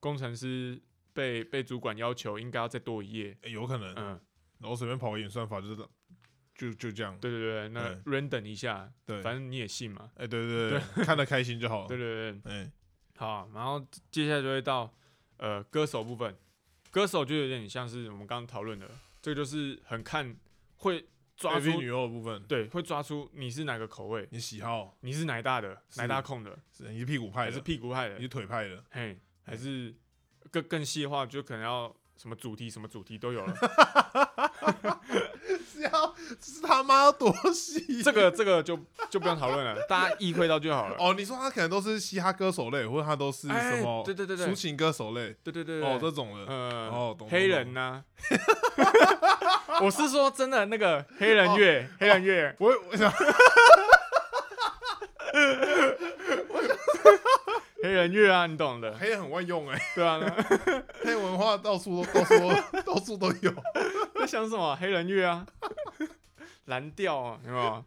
Speaker 2: 工程师被被主管要求应该要再多一页。
Speaker 1: 诶有可能，
Speaker 2: 嗯，
Speaker 1: 然后随便跑个演算法就是就就这样，
Speaker 2: 对对对，那
Speaker 1: 嗯
Speaker 2: random 一下，
Speaker 1: 对，
Speaker 2: 反正你也信嘛。
Speaker 1: 哎、对对对，看得开心就好。
Speaker 2: 对对对，
Speaker 1: 哎、
Speaker 2: 好，然后接下来就会到呃歌手部分，歌手就有点像是我们刚刚讨论的，这个就是很看会抓
Speaker 1: AV
Speaker 2: 出
Speaker 1: 女优的部分，
Speaker 2: 对会抓出你是哪个口味，
Speaker 1: 你喜好
Speaker 2: 你是奶大的
Speaker 1: 是
Speaker 2: 奶大控的，
Speaker 1: 是你是屁股派
Speaker 2: 还
Speaker 1: 的，
Speaker 2: 是屁股派
Speaker 1: 你是
Speaker 2: 的，
Speaker 1: 腿派的，
Speaker 2: 嘿，还是
Speaker 1: (laughs)
Speaker 2: 更更细化就可能要什么主题什么主题都有了。
Speaker 1: 是要是他妈多细？
Speaker 2: 这个这个就就不用讨论了，大家意会到就好了。
Speaker 1: 哦，你说他可能都是嘻哈歌手类，或者他都是
Speaker 2: 哎
Speaker 1: 什么？
Speaker 2: 对对对对
Speaker 1: 抒情歌手类。
Speaker 2: 对对对对
Speaker 1: 哦，这种的。
Speaker 2: 呃，
Speaker 1: 哦懂
Speaker 2: 黑
Speaker 1: 懂
Speaker 2: 人呐、 (laughs) 我是说真的，那个黑人
Speaker 1: 哦
Speaker 2: 乐，黑人乐，
Speaker 1: 我我想
Speaker 2: (laughs) 黑人乐啊，你懂的，
Speaker 1: 黑人很会用哎，
Speaker 2: 对啊。那
Speaker 1: (laughs)
Speaker 2: (laughs)
Speaker 1: 黑文化到处都到处都到处都有。
Speaker 2: 在想什么？黑人乐啊， (laughs) 蓝调啊，有没有？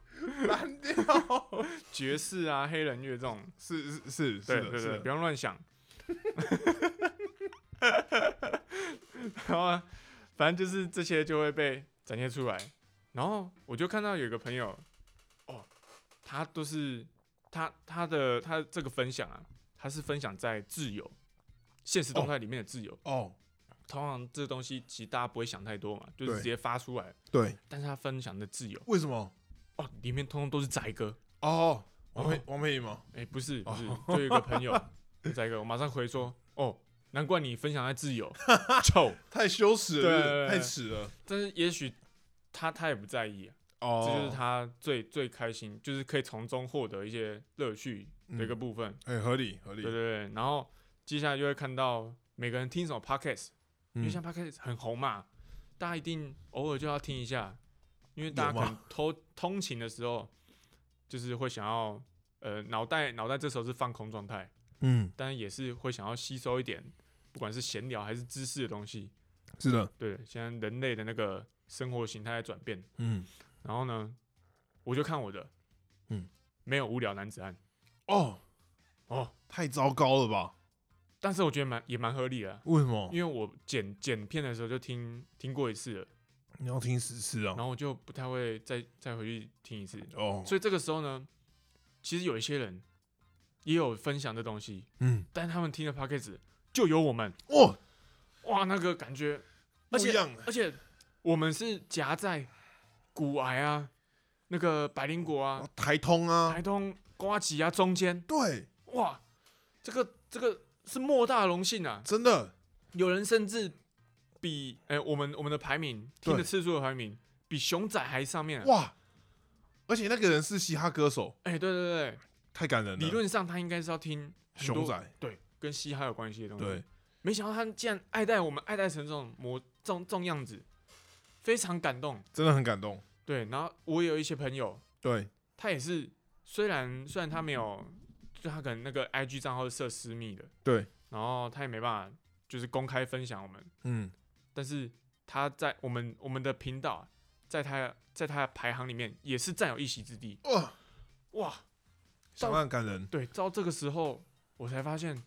Speaker 1: 蓝调
Speaker 2: 爵士啊，黑人乐这种，
Speaker 1: (laughs) 是是是
Speaker 2: 对
Speaker 1: 是的，
Speaker 2: 对
Speaker 1: 是
Speaker 2: 对，
Speaker 1: 的
Speaker 2: 不用乱想。 (laughs) 然后啊，反正就是这些就会被展现出来。然后我就看到有一个朋友，哦，他都是他他的他这个分享啊，他是分享在自由现实动态里面的自由。
Speaker 1: 哦，
Speaker 2: 通常这东西其实大家不会想太多嘛，就是
Speaker 1: 对
Speaker 2: 直接发出来。
Speaker 1: 对，
Speaker 2: 但是他分享的自由，
Speaker 1: 为什么？
Speaker 2: 哦，里面通通都是宅哥。
Speaker 1: 哦，王
Speaker 2: 哦
Speaker 1: 佩王佩仪吗？
Speaker 2: 哎、不是不是
Speaker 1: 哦，
Speaker 2: 就有一个朋友， (laughs) 再一个，我马上回说，哦，难怪你分享在自
Speaker 1: (laughs)
Speaker 2: 由，臭。
Speaker 1: 太羞耻了，
Speaker 2: 对
Speaker 1: 是不是太耻
Speaker 2: 对对
Speaker 1: 了。
Speaker 2: 但是也许他他也不在意、啊，
Speaker 1: 哦，
Speaker 2: 这就是他最最开心，就是可以从中获得一些乐趣的一个
Speaker 1: 嗯
Speaker 2: 部分。
Speaker 1: 哎，合理合理
Speaker 2: 对对。对，然后接下来就会看到每个人听什么 podcast，、因为
Speaker 1: 嗯
Speaker 2: 像 podcast 很红嘛，大家一定偶尔就要听一下，因为大
Speaker 1: 有
Speaker 2: 家可能通通勤的时候，就是会想要呃脑袋脑袋这时候是放空状态。
Speaker 1: 嗯，
Speaker 2: 但也是会想要吸收一点，不管是闲聊还是知识的东西。
Speaker 1: 是的，
Speaker 2: 对，现在人类的那个生活形态在转变，
Speaker 1: 嗯，
Speaker 2: 然后呢，我就看我的，
Speaker 1: 嗯，
Speaker 2: 没有无聊男子汉
Speaker 1: 哦，
Speaker 2: 哦，
Speaker 1: 太糟糕了吧？
Speaker 2: 但是我觉得蛮也蛮合理的啊、
Speaker 1: 为什么
Speaker 2: 因为我剪剪片的时候就听听过一次了，
Speaker 1: 你要听十次啊
Speaker 2: 然？后我就不太会再再回去听一次，
Speaker 1: 哦，
Speaker 2: 所以这个时候呢，其实有一些人也有分享的东西，
Speaker 1: 嗯，
Speaker 2: 但他们听的 p a c k a g e 就有我们，
Speaker 1: 哇，
Speaker 2: 哇，那个感觉，而
Speaker 1: 不
Speaker 2: 且
Speaker 1: 一样，
Speaker 2: 而且我们是夹在骨癌啊、那个百灵果啊、
Speaker 1: 台通啊
Speaker 2: 台，东瓜吉啊中间，
Speaker 1: 对，
Speaker 2: 哇，这个这个是莫大的荣幸啊！
Speaker 1: 真的，
Speaker 2: 有人甚至比哎、我们我们的排名听的
Speaker 1: 对
Speaker 2: 次数的排名比熊仔还上面、啊。
Speaker 1: 哇！而且那个人是嘻哈歌手，
Speaker 2: 哎、对对对，
Speaker 1: 太感人了。
Speaker 2: 理论上他应该是要听很多嗯
Speaker 1: 熊仔，
Speaker 2: 对跟嘻哈有关系的东西，
Speaker 1: 对，
Speaker 2: 没想到他竟然爱戴我们爱戴成这种模这种这种样子，非常感动。
Speaker 1: 真的很感动。
Speaker 2: 对，然后我也有一些朋友，
Speaker 1: 对，
Speaker 2: 他也是，虽然虽然他没有，就他可能那个 IG 账号是设私密的，
Speaker 1: 对，
Speaker 2: 然后他也没办法就是公开分享我们，
Speaker 1: 嗯，
Speaker 2: 但是他在我们我们的频道啊，在他在他的排行里面也是占有一席之地。
Speaker 1: 哇，
Speaker 2: 哇，
Speaker 1: 相当感人，
Speaker 2: 对，到这个时候我才发现，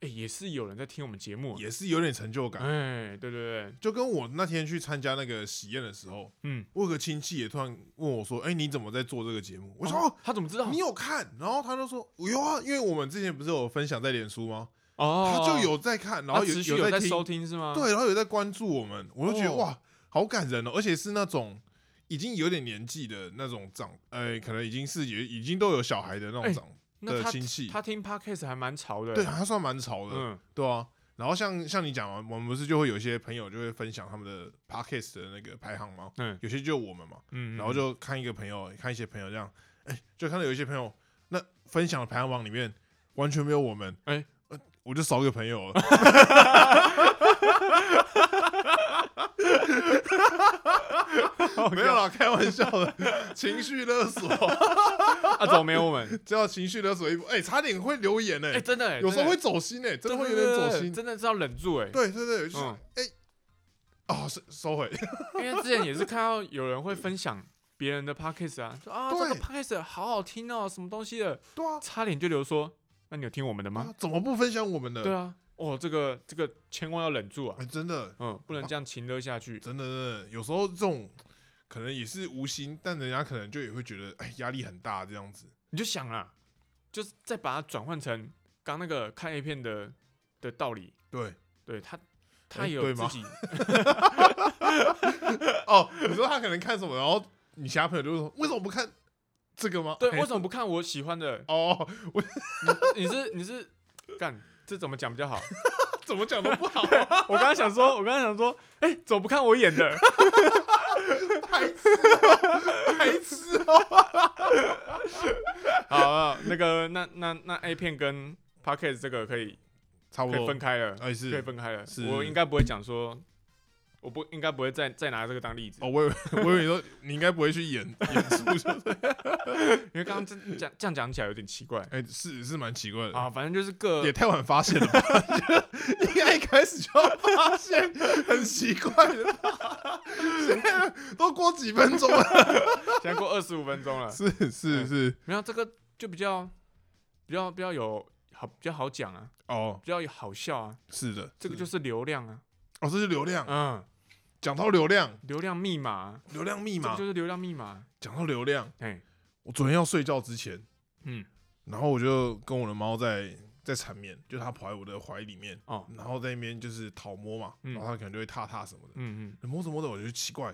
Speaker 2: 哎、也是有人在听我们节目啊，
Speaker 1: 也是有点成就感。
Speaker 2: 哎，对对对，
Speaker 1: 就跟我那天去参加那个喜宴的时候，
Speaker 2: 嗯，
Speaker 1: 我有个亲戚也突然问我说：“哎、你怎么在做这个节目？”我说：“
Speaker 2: 哦
Speaker 1: 哦，
Speaker 2: 他怎么知道
Speaker 1: 你？有看？”然后他就说：“有啊，因为我们之前不是有分享在脸书吗？
Speaker 2: 哦，
Speaker 1: 他就有在看，然
Speaker 2: 他
Speaker 1: 后有
Speaker 2: 持续
Speaker 1: 在
Speaker 2: 在
Speaker 1: 听，
Speaker 2: 收听是吗？
Speaker 1: 对，然后有在关注我们，我就觉得、
Speaker 2: 啊哦
Speaker 1: 哇，好感人哦，而且是那种已经有点年纪的那种长，呃，可能已经是也已经都有小孩的那
Speaker 2: 哎
Speaker 1: 种长，
Speaker 2: 那
Speaker 1: 的
Speaker 2: 他
Speaker 1: 亲戚
Speaker 2: 他听 podcast 还蛮潮的，
Speaker 1: 对，，啊还算蛮潮的，
Speaker 2: 嗯，
Speaker 1: 对啊。然后像像你讲嘛，我们不是就会有一些朋友就会分享他们的 podcast 的那个排行吗？
Speaker 2: 嗯
Speaker 1: 有些就我们嘛，
Speaker 2: 嗯，
Speaker 1: 然后就看一个朋友，看一些朋友这样，哎、就看到有一些朋友那分享的排行榜里面完全没有我们，
Speaker 2: 哎
Speaker 1: 呃我就少一个朋友了。 (laughs) 没有啦，开玩笑的，情绪勒索，
Speaker 2: 啊，怎么没有
Speaker 1: (laughs)
Speaker 2: 我们？
Speaker 1: 叫情绪勒索一波，哎、差点会留言呢、
Speaker 2: 哎，真的欸，
Speaker 1: 有时候会
Speaker 2: 真的
Speaker 1: 走心呢、真
Speaker 2: 对
Speaker 1: 的会有
Speaker 2: 对
Speaker 1: 点
Speaker 2: 对
Speaker 1: 走
Speaker 2: 对
Speaker 1: 心，
Speaker 2: 真的是要忍住哎。
Speaker 1: 对对对，就是哎
Speaker 2: 嗯、
Speaker 1: 哦，收收回，
Speaker 2: 因为之前也是看到有人会分享别人的 podcast 啊，说啊这
Speaker 1: 对
Speaker 2: 个 podcast 好好听哦，什么东西的，
Speaker 1: 对啊，
Speaker 2: 差点就流说，那你有听我们的吗
Speaker 1: 啊？怎么不分享我们的？
Speaker 2: 对啊，哦，这个这个千万要忍住啊
Speaker 1: 哎、，啊真的，
Speaker 2: 嗯，不能这样情勒下去。
Speaker 1: 真的，真的，有时候这种可能也是无心，但人家可能就也会觉得，哎，压力很大这样子。
Speaker 2: 你就想啦，就是再把它转换成刚那个看 A 片的的道理，
Speaker 1: 对，
Speaker 2: 对他他
Speaker 1: 哎
Speaker 2: 也有
Speaker 1: 对
Speaker 2: 自
Speaker 1: 吗
Speaker 2: 己
Speaker 1: (laughs) 哦，你说他可能看什么，然后你其他朋友就会说，为什么不看这个吗？
Speaker 2: (laughs) 对，
Speaker 1: 哎
Speaker 2: 为什么不看我喜欢的？
Speaker 1: 哦，
Speaker 2: 你是你是干，这怎么讲比较好？
Speaker 1: 怎么讲都不好，
Speaker 2: (laughs) 我刚刚想说，我刚刚想说，哎、怎么不看我演 (laughs) 的？
Speaker 1: 白痴哦，白痴哦。
Speaker 2: 好， (laughs) 好那个那那那 A 片跟 p o c k e t 这个可以
Speaker 1: 差不
Speaker 2: 可以
Speaker 1: 多
Speaker 2: 分，开了，
Speaker 1: 哎
Speaker 2: 可以
Speaker 1: 是
Speaker 2: 分开了。
Speaker 1: 是
Speaker 2: 我应该不会讲说，我不应该不会再再拿这个当例子，
Speaker 1: 哦，我以为我以为你说你应该不会去演演出，就是
Speaker 2: 因为刚刚这这样这样讲起来有点奇怪
Speaker 1: 哎是是蛮奇怪的，
Speaker 2: 啊。反正就是各
Speaker 1: 呃也太晚发现了吧？ (laughs) 就应该一开始就要发现，很奇怪的吧。现在都过几分钟了， (laughs)
Speaker 2: 现在过二十五分钟了，
Speaker 1: 是是是，
Speaker 2: 没有这个就比较比较比较有好比较好讲啊，
Speaker 1: 哦，
Speaker 2: 比较有好笑啊，
Speaker 1: 是的，
Speaker 2: 这个
Speaker 1: 是
Speaker 2: 就是流量啊，
Speaker 1: 哦，这是流量。
Speaker 2: 嗯，
Speaker 1: 讲到流量，
Speaker 2: 流量密码啊，
Speaker 1: 流量密
Speaker 2: 这个
Speaker 1: 码
Speaker 2: 就，是流量密码，
Speaker 1: 讲到流量，
Speaker 2: 哎，
Speaker 1: 我昨天要睡觉之前，
Speaker 2: 嗯，
Speaker 1: 然后我就跟我的猫在在缠绵，就它跑在我的怀里面，
Speaker 2: 哦，
Speaker 1: 然后在那边就是讨摸嘛，
Speaker 2: 嗯
Speaker 1: 然后它可能就会踏踏什么的，
Speaker 2: 嗯嗯，
Speaker 1: 摸着摸着我就觉得奇怪，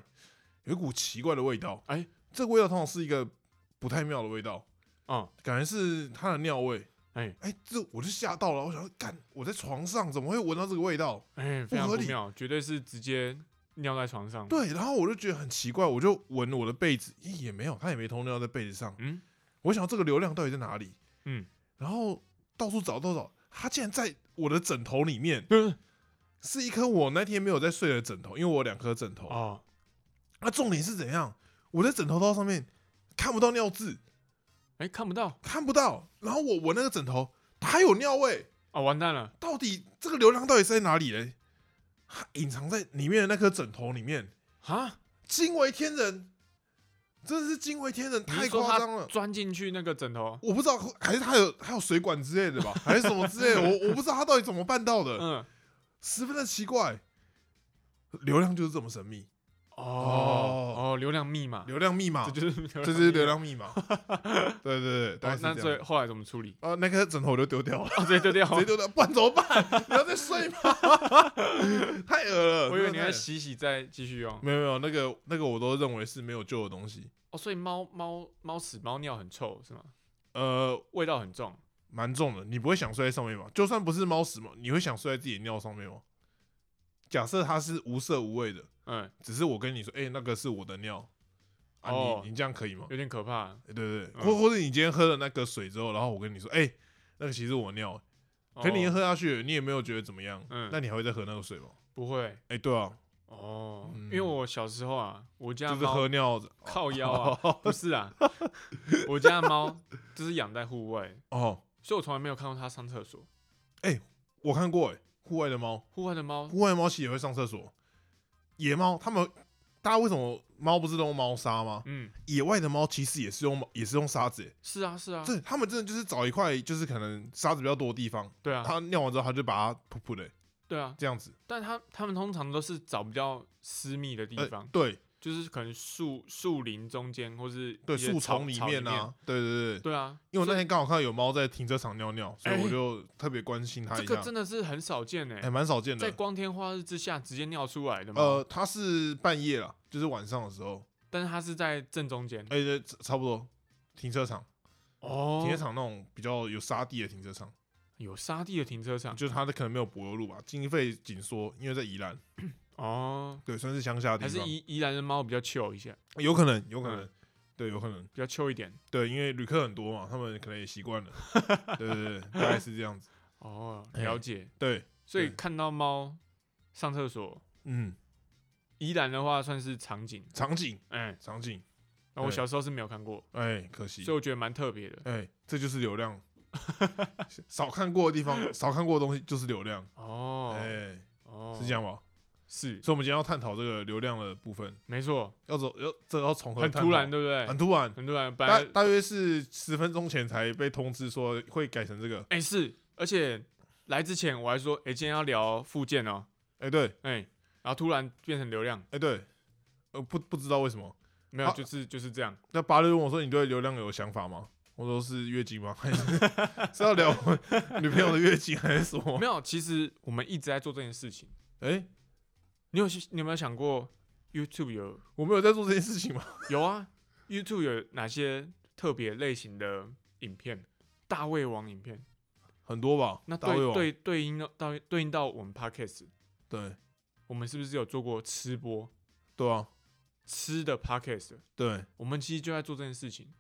Speaker 1: 有一股奇怪的味道，
Speaker 2: 哎
Speaker 1: 这个味道通常是一个不太妙的味道，
Speaker 2: 哦，
Speaker 1: 感觉是它的尿味，
Speaker 2: 哎
Speaker 1: 哎，这我就吓到了，我想说干，我在床上怎么会闻到这个味道？
Speaker 2: 哎，
Speaker 1: 不
Speaker 2: 非常
Speaker 1: 合
Speaker 2: 不
Speaker 1: 理
Speaker 2: 妙，绝对是直接尿在床上，
Speaker 1: 对，然后我就觉得很奇怪，我就闻我的被子，咦也没有，它也没偷尿在被子上，
Speaker 2: 嗯，
Speaker 1: 我想这个流量到底在哪里？
Speaker 2: 嗯，
Speaker 1: 然后到处找，到处找，它竟然在我的枕头里面，
Speaker 2: 嗯，
Speaker 1: 是一颗我那天没有在睡的枕头，因为我有两颗枕头。
Speaker 2: 哦，
Speaker 1: 那、重点是怎样？我在枕头套上面看不到尿渍，
Speaker 2: 哎，看不到，
Speaker 1: 看不到，然后我闻那个枕头，它有尿味，
Speaker 2: 哦，完蛋了，
Speaker 1: 到底这个流量到底是在哪里嘞？它隐藏在里面的那颗枕头里面，
Speaker 2: 啊，
Speaker 1: 惊为天人，真的是惊为天人，
Speaker 2: 你是
Speaker 1: 太
Speaker 2: 说
Speaker 1: 夸
Speaker 2: 他
Speaker 1: 张了。
Speaker 2: 钻进去那个枕头，
Speaker 1: 我不知道，还是它有还有水管之类
Speaker 2: (laughs)
Speaker 1: 的吧，还是什么之类的，我我不知道它到底怎么办到的。
Speaker 2: 嗯，
Speaker 1: 十分的奇怪。流量就是这么神秘，
Speaker 2: 哦哦，流量密码，
Speaker 1: 流量密码
Speaker 2: 这， (laughs) 就是
Speaker 1: 这就是流
Speaker 2: 密码。
Speaker 1: 量密码。对对对，大概
Speaker 2: (laughs) 哦
Speaker 1: 是
Speaker 2: 那
Speaker 1: 这
Speaker 2: 最
Speaker 1: 样。
Speaker 2: 后来怎么处理？
Speaker 1: 啊，那颗枕头我就丢掉了，
Speaker 2: 哦，直接丢掉。
Speaker 1: (laughs) 直接丢掉，不然怎么办？你要再睡吗？ (laughs) 太恶了！
Speaker 2: 哦我以为
Speaker 1: 真
Speaker 2: 你
Speaker 1: 的太
Speaker 2: 要
Speaker 1: 恶
Speaker 2: 洗洗再继续用。
Speaker 1: 没有没有，那个那个我都认为是没有救的东西。
Speaker 2: 哦，所以猫猫猫屎猫尿很臭是吗？
Speaker 1: 呃，
Speaker 2: 味道很重。
Speaker 1: 蛮重的，你不会想睡在上面吗？就算不是猫屎嘛，你会想睡在自己的尿上面吗？假设它是无色无味的，
Speaker 2: 嗯，
Speaker 1: 只是我跟你说，哎，那个是我的尿啊，
Speaker 2: 哦
Speaker 1: 你你这样可以吗？
Speaker 2: 有点可怕。
Speaker 1: 欸对对，
Speaker 2: 嗯
Speaker 1: 或、或者你今天喝了那个水之后，然后我跟你说，哎、那个其实我尿，可你一
Speaker 2: 哦
Speaker 1: 喝下去，你也没有觉得怎么样，
Speaker 2: 嗯
Speaker 1: 那你还会再喝那个水吗？
Speaker 2: 不会
Speaker 1: 哎、对啊，
Speaker 2: 哦，
Speaker 1: 嗯
Speaker 2: 因为我小时候啊，我家
Speaker 1: 就是
Speaker 2: 猫
Speaker 1: 喝哦尿的
Speaker 2: 靠腰啊，不是
Speaker 1: (laughs)
Speaker 2: 啊，我家的猫就是养在户外，
Speaker 1: 哦。
Speaker 2: 所以我从来没有看过它上厕所。
Speaker 1: 我看过、哎，户外的猫，
Speaker 2: 户外的猫
Speaker 1: 户外的猫其实也会上厕所。野猫，它们大家为什么猫不是都用猫砂吗？
Speaker 2: 嗯，
Speaker 1: 野外的猫其实也是用也是用沙子、哎
Speaker 2: 是啊，是啊，
Speaker 1: 这它们真的就是找一块就是可能沙子比较多的地方，
Speaker 2: 对啊，
Speaker 1: 它尿完之后它就把它噗噗的、哎
Speaker 2: 对啊。
Speaker 1: 这样子。
Speaker 2: 但它它们通常都是找比较私密的地
Speaker 1: 呃
Speaker 2: 方，
Speaker 1: 对
Speaker 2: 就是可能树树林中间，或是
Speaker 1: 对，
Speaker 2: 一些
Speaker 1: 树
Speaker 2: 草
Speaker 1: 丛里
Speaker 2: 草
Speaker 1: 面
Speaker 2: 面
Speaker 1: 啊，对对对，
Speaker 2: 对啊，
Speaker 1: 因为我那
Speaker 2: 所以
Speaker 1: 天刚好看到有猫在停车场尿尿，所以
Speaker 2: 哎
Speaker 1: 我就特别关心它
Speaker 2: 这
Speaker 1: 一下
Speaker 2: 个。真的是很少见哎、
Speaker 1: 哎，蛮少见
Speaker 2: 在
Speaker 1: 的。
Speaker 2: 光天化日之下直接尿出来的嘛。
Speaker 1: 呃，它是半夜啦，就是晚上的时候，
Speaker 2: 但是它是在正中间
Speaker 1: 哎，对差差不多停车场，
Speaker 2: 哦
Speaker 1: 停车场那种比较有沙地的停车场，
Speaker 2: 有沙地的停车场
Speaker 1: 就是它的可能没有柏油路吧，经费紧缩，因为在宜兰，
Speaker 2: 哦，
Speaker 1: 对，算是乡下的
Speaker 2: 还
Speaker 1: 地
Speaker 2: 是
Speaker 1: 方，
Speaker 2: 宜宜兰的猫比较 chill 一些，
Speaker 1: 有可能，有可
Speaker 2: 嗯
Speaker 1: 能，对，有可能，
Speaker 2: 比较 chill 一点
Speaker 1: 对，因为旅客很多嘛，他们可能也习惯了，对对对，大概是这样子，
Speaker 2: 哦，
Speaker 1: 哎
Speaker 2: 了解。
Speaker 1: 对，
Speaker 2: 所以
Speaker 1: 对
Speaker 2: 看到猫上厕所，
Speaker 1: 嗯，
Speaker 2: 宜兰的话算是场景，
Speaker 1: 场景，
Speaker 2: 哎、
Speaker 1: 场景，
Speaker 2: 那我
Speaker 1: 对
Speaker 2: 小时候是没有看过，
Speaker 1: 哎，可惜
Speaker 2: 所以，我觉得蛮特别的
Speaker 1: 哎、这就是流量。少看过的地方，少看过的东西就是流量。哎、
Speaker 2: 哦哦，
Speaker 1: 是这样吧？
Speaker 2: 是
Speaker 1: 所以，我们今天要探讨这个流量的部分，
Speaker 2: 没错，
Speaker 1: 要走要这个要从何
Speaker 2: 很
Speaker 1: 探
Speaker 2: 突
Speaker 1: 讨
Speaker 2: 然，对不对？
Speaker 1: 很突然，
Speaker 2: 很突然，本
Speaker 1: 大
Speaker 2: 来
Speaker 1: 大约是十分钟前才被通知说会改成这个。
Speaker 2: 哎、是，而且来之前我还说，哎、今天要聊附件哦，
Speaker 1: 哎、对，哎、哎
Speaker 2: 哎、然后突然变成流量，
Speaker 1: 对，呃，不不知道为什么。
Speaker 2: 没有，
Speaker 1: 啊
Speaker 2: 就是就是这样，
Speaker 1: 那八六问我说：“你对流量有想法吗？”我说：“是月经吗？ (laughs) 还是是要聊我女朋友的月经还是什么
Speaker 2: 没有。其实我们一直在做这件事情，？”
Speaker 1: (laughs) 哎、
Speaker 2: 你有你有没有想过 YouTube 有
Speaker 1: 我没有在做这件事情吗？
Speaker 2: 有啊？YouTube 有哪些特别类型的影片？大胃王影片，
Speaker 1: 很多吧？
Speaker 2: 那
Speaker 1: 大胃
Speaker 2: 对
Speaker 1: 王
Speaker 2: 对对应到到对应到我们 podcast，
Speaker 1: 对
Speaker 2: 我们是不是有做过吃播
Speaker 1: 对啊，
Speaker 2: 吃的 podcast？
Speaker 1: 对，
Speaker 2: 我们其实就在做这件事情。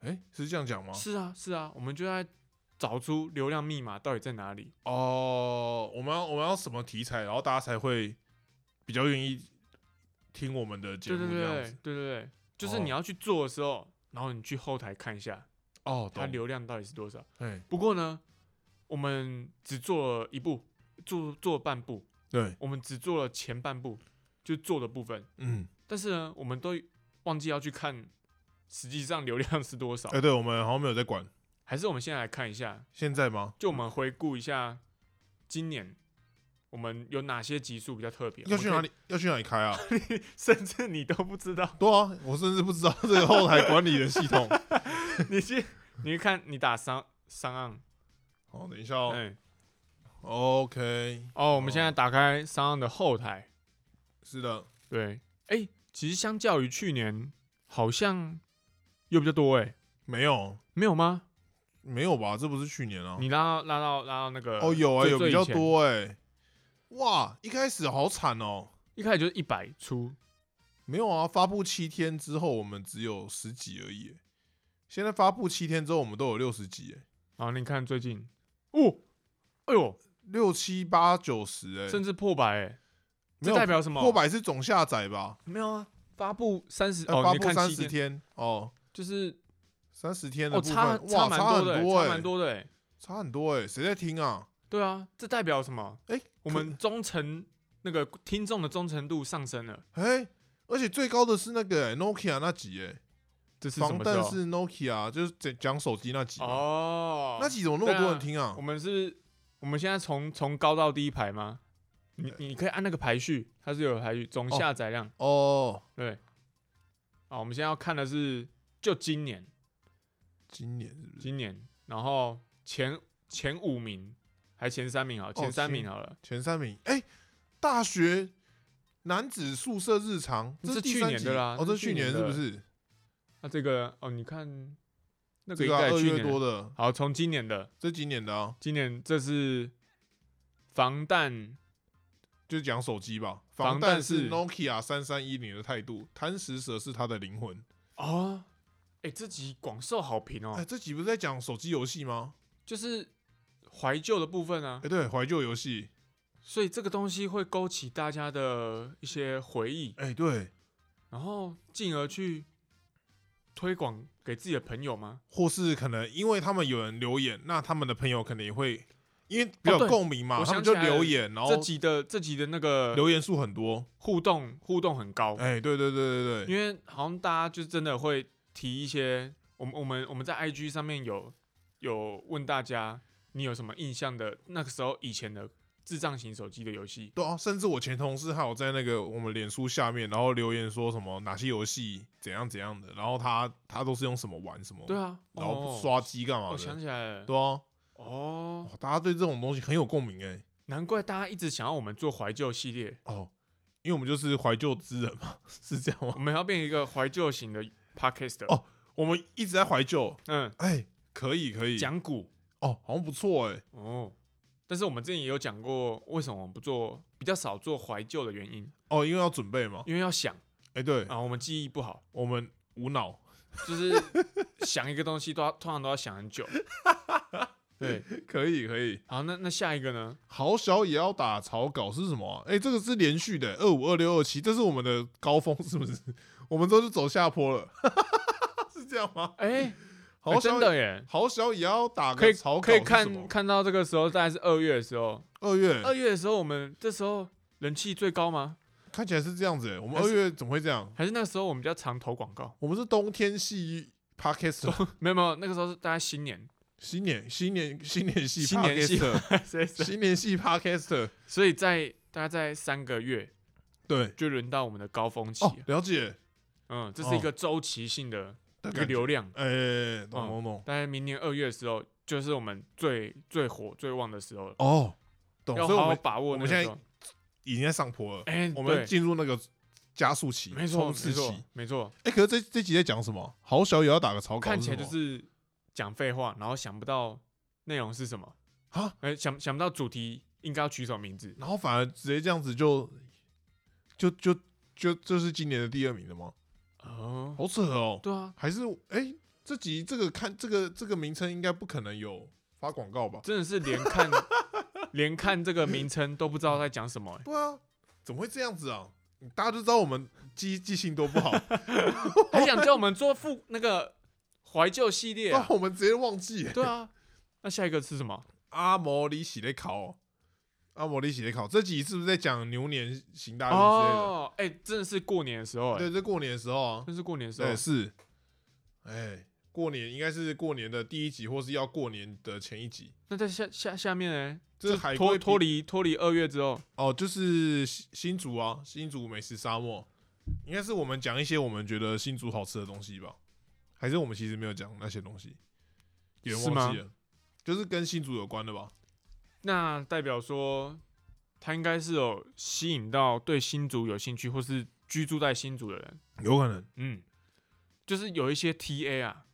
Speaker 1: 哎，是这样讲吗？
Speaker 2: 是啊，是啊，我们就在找出流量密码到底在哪里。
Speaker 1: 哦，我们要我们要什么题材，然后大家才会比较愿意听我们的节
Speaker 2: 对对
Speaker 1: 目这
Speaker 2: 对
Speaker 1: 样
Speaker 2: 对
Speaker 1: 子。
Speaker 2: 对对，就是你
Speaker 1: 哦
Speaker 2: 要去做的时候，然后你去后台看一下
Speaker 1: 哦，
Speaker 2: 它
Speaker 1: 懂，
Speaker 2: 流量到底是多少。
Speaker 1: 哎，
Speaker 2: 不过呢，我们只做了一步，做做了半步，
Speaker 1: 对，
Speaker 2: 我们只做了前半步，就做的部分。
Speaker 1: 嗯，
Speaker 2: 但是呢，我们都忘记要去看实际上流量是多少，
Speaker 1: 哎，对我们好像没有在管，
Speaker 2: 还是我们现在来看一下，
Speaker 1: 现在吗？
Speaker 2: 就我们回顾一下今年我们有哪些集数比较特别，
Speaker 1: 要去
Speaker 2: 我
Speaker 1: 哪
Speaker 2: 们可以，
Speaker 1: 里？要去哪里开啊？
Speaker 2: (laughs) 甚至你都不知
Speaker 1: (laughs)
Speaker 2: 道，
Speaker 1: 对啊，我甚至不知道这个后台管理的系
Speaker 2: (laughs)
Speaker 1: 统。
Speaker 2: 你去你去看你打商商岸，
Speaker 1: 好，等一下哦。
Speaker 2: 嗯，
Speaker 1: OK，
Speaker 2: 哦，我们现在打开商岸的后台，
Speaker 1: 是的，
Speaker 2: 对，哎、其实相较于去年，好像又比较多哎、
Speaker 1: 没有，
Speaker 2: 没有吗？
Speaker 1: 没有吧？这不是去年啊？
Speaker 2: 你拉到拉到拉到那个
Speaker 1: 哦，有啊，
Speaker 2: 最
Speaker 1: 有
Speaker 2: 最
Speaker 1: 比较
Speaker 2: 以前
Speaker 1: 多哎。哇，一开始好惨哦。
Speaker 2: 一开始就是一百出，
Speaker 1: 没有啊，发布七天之后，我们只有十几而已欸。现在发布七天之后，我们都有六十几，哎，
Speaker 2: 然后你看最近，哦，哎呦，
Speaker 1: 六七八九十，哎
Speaker 2: 甚，至破百、欸，
Speaker 1: 没
Speaker 2: 这
Speaker 1: 有
Speaker 2: 代表什么？
Speaker 1: 破百是总下载吧？
Speaker 2: 没有啊，发布三十、
Speaker 1: 呃
Speaker 2: 哦，
Speaker 1: 发
Speaker 2: 你
Speaker 1: 布
Speaker 2: 看
Speaker 1: 三
Speaker 2: 七
Speaker 1: 十
Speaker 2: 天，
Speaker 1: 天，哦，
Speaker 2: 就是
Speaker 1: 三十天的
Speaker 2: 哦，
Speaker 1: 部分，
Speaker 2: 差
Speaker 1: 哇，
Speaker 2: 蛮
Speaker 1: 差很
Speaker 2: 多的欸、
Speaker 1: 多，
Speaker 2: 差蛮，多的、欸，
Speaker 1: 差很多，哎，谁在听啊？
Speaker 2: 对啊，这代表什么？
Speaker 1: 哎，
Speaker 2: 我们忠诚那个听众的忠诚度上升了，
Speaker 1: 可，哎，而且最高的是那个欸 Nokia 那集，哎，
Speaker 2: 这是什
Speaker 1: 防
Speaker 2: 么时
Speaker 1: 弹
Speaker 2: 候？
Speaker 1: 是 Nokia，就是讲讲手机那集嘛，
Speaker 2: 哦，
Speaker 1: 那集怎么那么多人听啊
Speaker 2: 我？们是，我们现在从从高到低排吗？你你可以按那个排序，它是有排序，总
Speaker 1: 哦
Speaker 2: 下载量。
Speaker 1: 哦，
Speaker 2: 对，啊，我们现在要看的是就今年，
Speaker 1: 今年是不是
Speaker 2: 今年，然后前前五名还前三名好了，前三名好了，
Speaker 1: 哦前三名？哎，大学男子宿舍日常，
Speaker 2: 这
Speaker 1: 是
Speaker 2: 是
Speaker 1: 第
Speaker 2: 去
Speaker 1: 三
Speaker 2: 年
Speaker 1: 集
Speaker 2: 的啦
Speaker 1: 哦，
Speaker 2: 这
Speaker 1: 这是
Speaker 2: 是去
Speaker 1: 去年
Speaker 2: 年
Speaker 1: 是
Speaker 2: 的
Speaker 1: 不是？
Speaker 2: 那这个哦，你看那个
Speaker 1: 这
Speaker 2: 应
Speaker 1: 个
Speaker 2: 该
Speaker 1: 啊
Speaker 2: 也
Speaker 1: 二
Speaker 2: 去
Speaker 1: 月
Speaker 2: 年
Speaker 1: 多
Speaker 2: 了，
Speaker 1: 的，
Speaker 2: 好，从今年的，
Speaker 1: 这今年的啊，
Speaker 2: 今年这是防弹，
Speaker 1: 就是讲手机吧。
Speaker 2: 防
Speaker 1: 防
Speaker 2: 弹
Speaker 1: 弹
Speaker 2: 是
Speaker 1: 是 Nokia 三三一零的态度，贪食蛇是他的灵魂。
Speaker 2: 哦，哎，这集广受好评
Speaker 1: 哎，
Speaker 2: 哦，
Speaker 1: 这集不是在讲手机游戏吗？
Speaker 2: 就是怀旧的部分啊
Speaker 1: 哎，，对，怀旧游戏。
Speaker 2: 所以这个东西会勾起大家的一些回忆，
Speaker 1: 哎，对，
Speaker 2: 然后进而去推广给自己的朋友吗？
Speaker 1: 或是可能因为他们有人留言，那他们的朋友可能也会因为比
Speaker 2: 哦
Speaker 1: 较
Speaker 2: 对
Speaker 1: 有共鸣嘛，
Speaker 2: 我
Speaker 1: 他
Speaker 2: 想
Speaker 1: 们
Speaker 2: 起
Speaker 1: 就
Speaker 2: 来了
Speaker 1: 留言，然后
Speaker 2: 这集的这集的那个
Speaker 1: 留言数很多。
Speaker 2: 互动互动很高，
Speaker 1: 哎，对对对对对，
Speaker 2: 因为好像大家就真的会提一些，我们我们我们在 IG 上面有有问大家，你有什么印象的那个时候以前的智障型手机的游戏？
Speaker 1: 对啊，甚至我前同事还有在那个我们脸书下面，然后留言说什么哪些游戏怎样怎样的，然后他他都是用什么玩什么，
Speaker 2: 对啊，
Speaker 1: 然后
Speaker 2: 哦
Speaker 1: 不，刷机干嘛
Speaker 2: 我
Speaker 1: 的
Speaker 2: 想，起来了，
Speaker 1: 对啊，
Speaker 2: 哦
Speaker 1: 哇，大家对这种东西很有共鸣哎、
Speaker 2: 难怪大家一直想要我们做怀旧系列，
Speaker 1: 哦，因为我们就是怀旧之人嘛，是这样
Speaker 2: 我
Speaker 1: 吗？
Speaker 2: 们要变一个怀旧型的 podcast，
Speaker 1: 哦我们一直在怀旧，
Speaker 2: 嗯，
Speaker 1: 哎、可以可以，
Speaker 2: 讲古
Speaker 1: 哦，好像不错哎、
Speaker 2: 哦。但是我们之前也有讲过，为什么我们不做比较少做怀旧的原因，
Speaker 1: 哦，因为要准备嘛，
Speaker 2: 因为要想
Speaker 1: 哎、对，
Speaker 2: 啊，我们记忆不好，
Speaker 1: 我们无
Speaker 2: (laughs)
Speaker 1: 脑，
Speaker 2: 就是想一个东西都要通常都要想很
Speaker 1: (laughs)
Speaker 2: 久。对，
Speaker 1: 可以可以，
Speaker 2: 好，那那下一个呢？
Speaker 1: 好小也要打草稿是什么、啊？哎、这个是连续的、二五、二六、二七，这是我们的高峰，是 (laughs) 不是？我们都是走下坡了， (laughs) 是这样吗？
Speaker 2: 哎、
Speaker 1: 好
Speaker 2: 哎
Speaker 1: 小、
Speaker 2: 真的耶，
Speaker 1: 好小也要打
Speaker 2: 可
Speaker 1: 个
Speaker 2: 以
Speaker 1: 草稿
Speaker 2: 可以
Speaker 1: 是什
Speaker 2: 看
Speaker 1: 么
Speaker 2: 看到这个时候大概是二月的时候，
Speaker 1: 二月
Speaker 2: 二月的时候我们这时候人气最高吗？
Speaker 1: 看起来是这样子、欸，我们
Speaker 2: 还
Speaker 1: 二
Speaker 2: 是
Speaker 1: 月怎么会这样？
Speaker 2: 还是那个时候我们比较常投广告？
Speaker 1: 我们是冬天系
Speaker 2: (laughs)
Speaker 1: podcast，
Speaker 2: 没有没有，那个时候是大概
Speaker 1: (laughs)
Speaker 2: 新年，
Speaker 1: 新年新年新年系
Speaker 2: 新年系
Speaker 1: podcast，
Speaker 2: (laughs) 所以
Speaker 1: 新年系 podcast，
Speaker 2: 所以在大概在三个月
Speaker 1: 对，
Speaker 2: 就轮到我们的高峰期
Speaker 1: 哦
Speaker 2: 了，
Speaker 1: 了解，
Speaker 2: 嗯，这是一个周期性的
Speaker 1: 的
Speaker 2: 一个嗯
Speaker 1: 感觉，
Speaker 2: 流量，
Speaker 1: 哎、懂懂懂，
Speaker 2: 大概明年二月的时候就是我们最最火最旺的时候了。
Speaker 1: 哦，懂，
Speaker 2: 要
Speaker 1: 所以
Speaker 2: 好
Speaker 1: 我
Speaker 2: 好
Speaker 1: 们
Speaker 2: 把握
Speaker 1: 我
Speaker 2: 那
Speaker 1: 们
Speaker 2: 个时
Speaker 1: 现
Speaker 2: 候。
Speaker 1: 在已经在上坡了。
Speaker 2: 哎，
Speaker 1: 我们
Speaker 2: 对
Speaker 1: 进入那个加速期，
Speaker 2: 没错，
Speaker 1: 冲
Speaker 2: 没
Speaker 1: 刺期。
Speaker 2: 错，没错，
Speaker 1: 哎、可是这这集在讲什么？好小也要打个草稿，
Speaker 2: 看起来
Speaker 1: 是
Speaker 2: 就
Speaker 1: 什么
Speaker 2: 是讲废话，然后想不到内容是什么？
Speaker 1: 啊，
Speaker 2: 哎、想想不到主题应该要取什么名字？
Speaker 1: 然后反而直接这样子就就就就这是今年的第二名了吗？
Speaker 2: 哦，
Speaker 1: 好扯哦，
Speaker 2: 对啊，
Speaker 1: 还是哎、这集这个看这个这个名称应该不可能有发广告吧？
Speaker 2: 真的是连
Speaker 1: (laughs)
Speaker 2: 看连看这个名称都不知道在讲什么、
Speaker 1: (laughs)
Speaker 2: 哎
Speaker 1: 对啊，怎么会这样子啊？大家都知道我们记记性多不
Speaker 2: (laughs)
Speaker 1: 好，
Speaker 2: 还想叫我们做复那个怀旧系列
Speaker 1: 不然
Speaker 2: 啊、
Speaker 1: (laughs) 我们直接忘记、
Speaker 2: 对啊，那下一个是什么？
Speaker 1: 阿摩里喜列考、哦，阿摩里喜列考，这集是不是在讲牛年行大运之类的？
Speaker 2: 哦，哎、真的是过年的时候、哎，
Speaker 1: 对，这过年的时候啊，
Speaker 2: 真是过年的时候
Speaker 1: 对，，是，哎、过年应该是过年的第一集，或是要过年的前一集。
Speaker 2: 那在下下下面呢？
Speaker 1: 这是海
Speaker 2: 脱
Speaker 1: 龟
Speaker 2: 脱
Speaker 1: 离
Speaker 2: 离脱离二月之后，
Speaker 1: 哦，就是新新竹啊，新竹美食沙漠，应该是我们讲一些我们觉得新竹好吃的东西吧？还是我们其实没有讲那些东西，有人
Speaker 2: 是吗
Speaker 1: 忘记了，就是跟新竹有关的吧？
Speaker 2: 那代表说他应该是有吸引到对新竹有兴趣或是居住在新竹的人。
Speaker 1: 有可能，
Speaker 2: 嗯，就是有一些 TA 啊，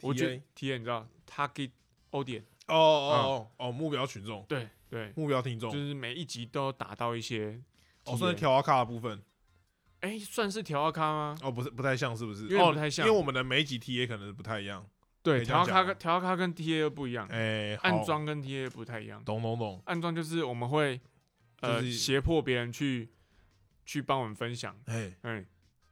Speaker 2: 我觉得嗯 TA 你知道 target audience，
Speaker 1: 哦哦哦哦，目标群众，
Speaker 2: 对对，
Speaker 1: 目标听众
Speaker 2: 就，是每一集都有打到一些 TA，
Speaker 1: 哦，算是调阿卡的部分，
Speaker 2: 哎、算是调阿咖吗？
Speaker 1: 哦，不是不太像，是不是？
Speaker 2: 因为
Speaker 1: 哦
Speaker 2: 不太像
Speaker 1: 因为我们的每一集 T A 可能是不太一样。
Speaker 2: 对，
Speaker 1: 可以这
Speaker 2: 调阿
Speaker 1: 样
Speaker 2: 咖
Speaker 1: 讲吗啊
Speaker 2: 跟调阿咖跟 TA 又不一样，
Speaker 1: 哎、好
Speaker 2: 暗，嗯装跟 TA 不太一样，
Speaker 1: 懂懂懂，
Speaker 2: 暗装就是我们会呃
Speaker 1: 就是
Speaker 2: 胁迫别人去去帮我们分享，
Speaker 1: 哎、
Speaker 2: 嗯，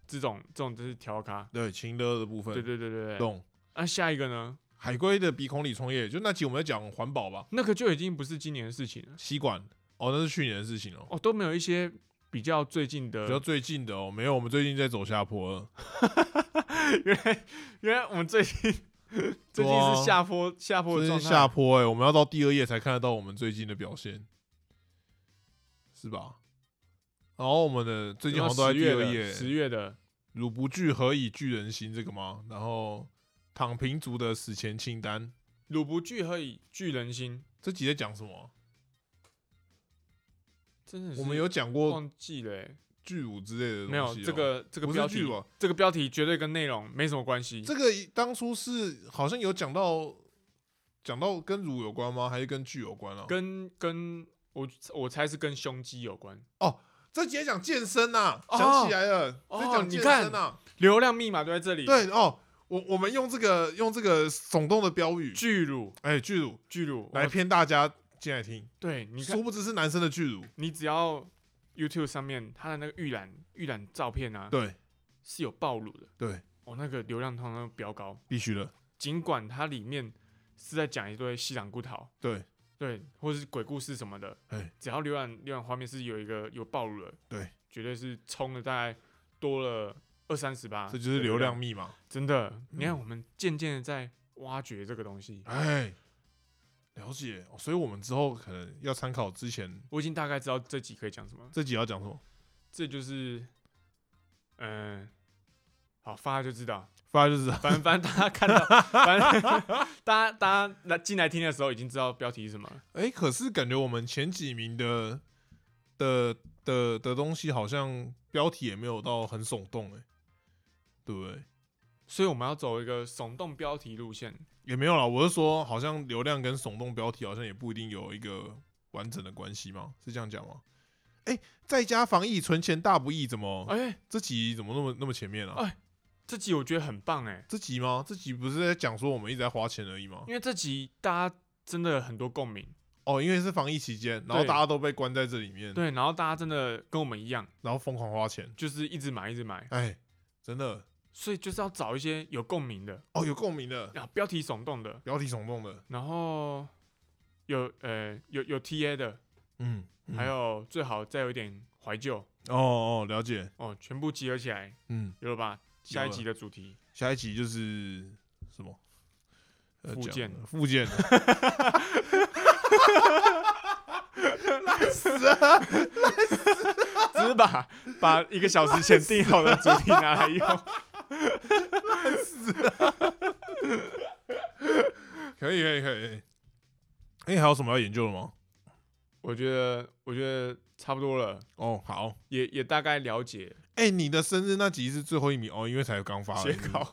Speaker 2: 这种这种就是调咖，
Speaker 1: 对，情勒的部分，
Speaker 2: 对对对对对。
Speaker 1: 懂。
Speaker 2: 那、下一个呢？
Speaker 1: 海龟的鼻孔里创业，就那集我们在讲环保吧，
Speaker 2: 那个就已经不是今年的事情了，
Speaker 1: 吸管，哦，那是去年的事情哦。
Speaker 2: 哦，都没有一些比较最近的
Speaker 1: 比较最近的哦，没有，我们最近在走下坡了。
Speaker 2: 原来原来我们最近 (laughs) 最
Speaker 1: 对
Speaker 2: 近
Speaker 1: 啊
Speaker 2: 是下坡下坡的
Speaker 1: 最
Speaker 2: 状
Speaker 1: 近
Speaker 2: 态，
Speaker 1: 下坡哎、我们要到第二页才看得到我们最近的表现，是吧？然后我们的最近好像都在
Speaker 2: 十
Speaker 1: 第
Speaker 2: 月
Speaker 1: 二
Speaker 2: 的
Speaker 1: 页，
Speaker 2: 十月的
Speaker 1: 汝不惧，何以惧人心？这个吗？然后躺平族的死前清单，
Speaker 2: 鲁不惧何以惧人心，
Speaker 1: 这集在讲什么啊？
Speaker 2: 真的是
Speaker 1: 我们有讲过
Speaker 2: 忘记了、欸，
Speaker 1: 巨乳之类的东西、啊
Speaker 2: 没有这，个这个
Speaker 1: 不
Speaker 2: 标
Speaker 1: 是巨
Speaker 2: 题
Speaker 1: 乳、啊，
Speaker 2: 这个标题绝对跟内容没什么关系，
Speaker 1: 这个当初是好像有讲到，讲到跟乳有关吗？还是跟巨有关啊？
Speaker 2: 跟跟我我猜是跟胸肌有关，
Speaker 1: 这集在讲健身呐、
Speaker 2: 哦
Speaker 1: 想起来了，
Speaker 2: 哦
Speaker 1: 在讲健身呐、
Speaker 2: 流量密码都在这里，，
Speaker 1: 对哦，我我们用这个用这个耸动的标语，
Speaker 2: 巨乳
Speaker 1: 哎、巨乳
Speaker 2: 巨乳
Speaker 1: 来
Speaker 2: 我
Speaker 1: 骗大家进来听，
Speaker 2: 对，你看
Speaker 1: 殊不知是男生的巨乳，
Speaker 2: 你只要 YouTube 上面它的那个预览预览照片啊，
Speaker 1: 对
Speaker 2: 是有暴露的，
Speaker 1: 对，
Speaker 2: 哦，那个流量通常都飙高。
Speaker 1: 必须的，
Speaker 2: 尽管它里面是在讲一堆西朗古桃，
Speaker 1: 对
Speaker 2: 对，或是鬼故事什么的，
Speaker 1: 哎
Speaker 2: 只要浏览浏览画面是有一个有暴露的，
Speaker 1: 对，
Speaker 2: 绝对是冲了大概多了二三十吧，
Speaker 1: 这就是流量，嗯密码，
Speaker 2: 真的。你看，我们渐渐的在挖掘这个东西，
Speaker 1: 哎，了解、哦所以我们之后可能要参考之前
Speaker 2: 我已经大概知道这集可以讲什么了，
Speaker 1: 这集要讲什么，
Speaker 2: 这就是，嗯、好发就知道，
Speaker 1: 发就是
Speaker 2: 反正反正大家看到，反正大家大家来进来听的时候已经知道标题是什么了。
Speaker 1: 哎、可是感觉我们前几名的的的的东西好像标题也没有到很耸动哎、对不对？
Speaker 2: 所以我们要走一个耸动标题路线，
Speaker 1: 也没有啦，我是说，好像流量跟耸动标题好像也不一定有一个完整的关系嘛，是这样讲吗？哎、在家防疫存钱大不易，怎么、
Speaker 2: 哎、
Speaker 1: 这集怎么那么那么前面啊？
Speaker 2: 哎这集我觉得很棒哎、
Speaker 1: 这集吗？这集不是在讲说我们一直在花钱而已吗？
Speaker 2: 因为这集大家真的很多共鸣，
Speaker 1: 哦，因为是防疫期间，然后
Speaker 2: 对
Speaker 1: 大家都被关在这里面，
Speaker 2: 对，然后大家真的跟我们一样，
Speaker 1: 然后疯狂花钱，
Speaker 2: 就是一直买一直买，
Speaker 1: 哎，真的
Speaker 2: 所以就是要找一些有共鸣的，
Speaker 1: 哦，有共鸣的，
Speaker 2: 啊，标题耸动的，
Speaker 1: 标题耸动的，
Speaker 2: 然后有呃有有 TA 的，
Speaker 1: 嗯，嗯
Speaker 2: 还有最好再有一点怀旧
Speaker 1: 哦哦，了解。
Speaker 2: 哦，全部集合起来，
Speaker 1: 嗯，
Speaker 2: 有了吧？下
Speaker 1: 有
Speaker 2: 一
Speaker 1: 了
Speaker 2: 集的主题，
Speaker 1: 下一集就是什么？呃
Speaker 2: 复健，
Speaker 1: 讲复
Speaker 2: (laughs)
Speaker 1: 健，
Speaker 2: 只是把把一个小时前定好的主题拿来用。
Speaker 1: 可以可以可以。哎、还有什么要研究的吗？
Speaker 2: (laughs) 我觉得，我觉得差不多了，
Speaker 1: 哦，好。
Speaker 2: 也也大概了解
Speaker 1: 哎、你的生日那集是最后一名哦，因为才刚发而已
Speaker 2: 写稿。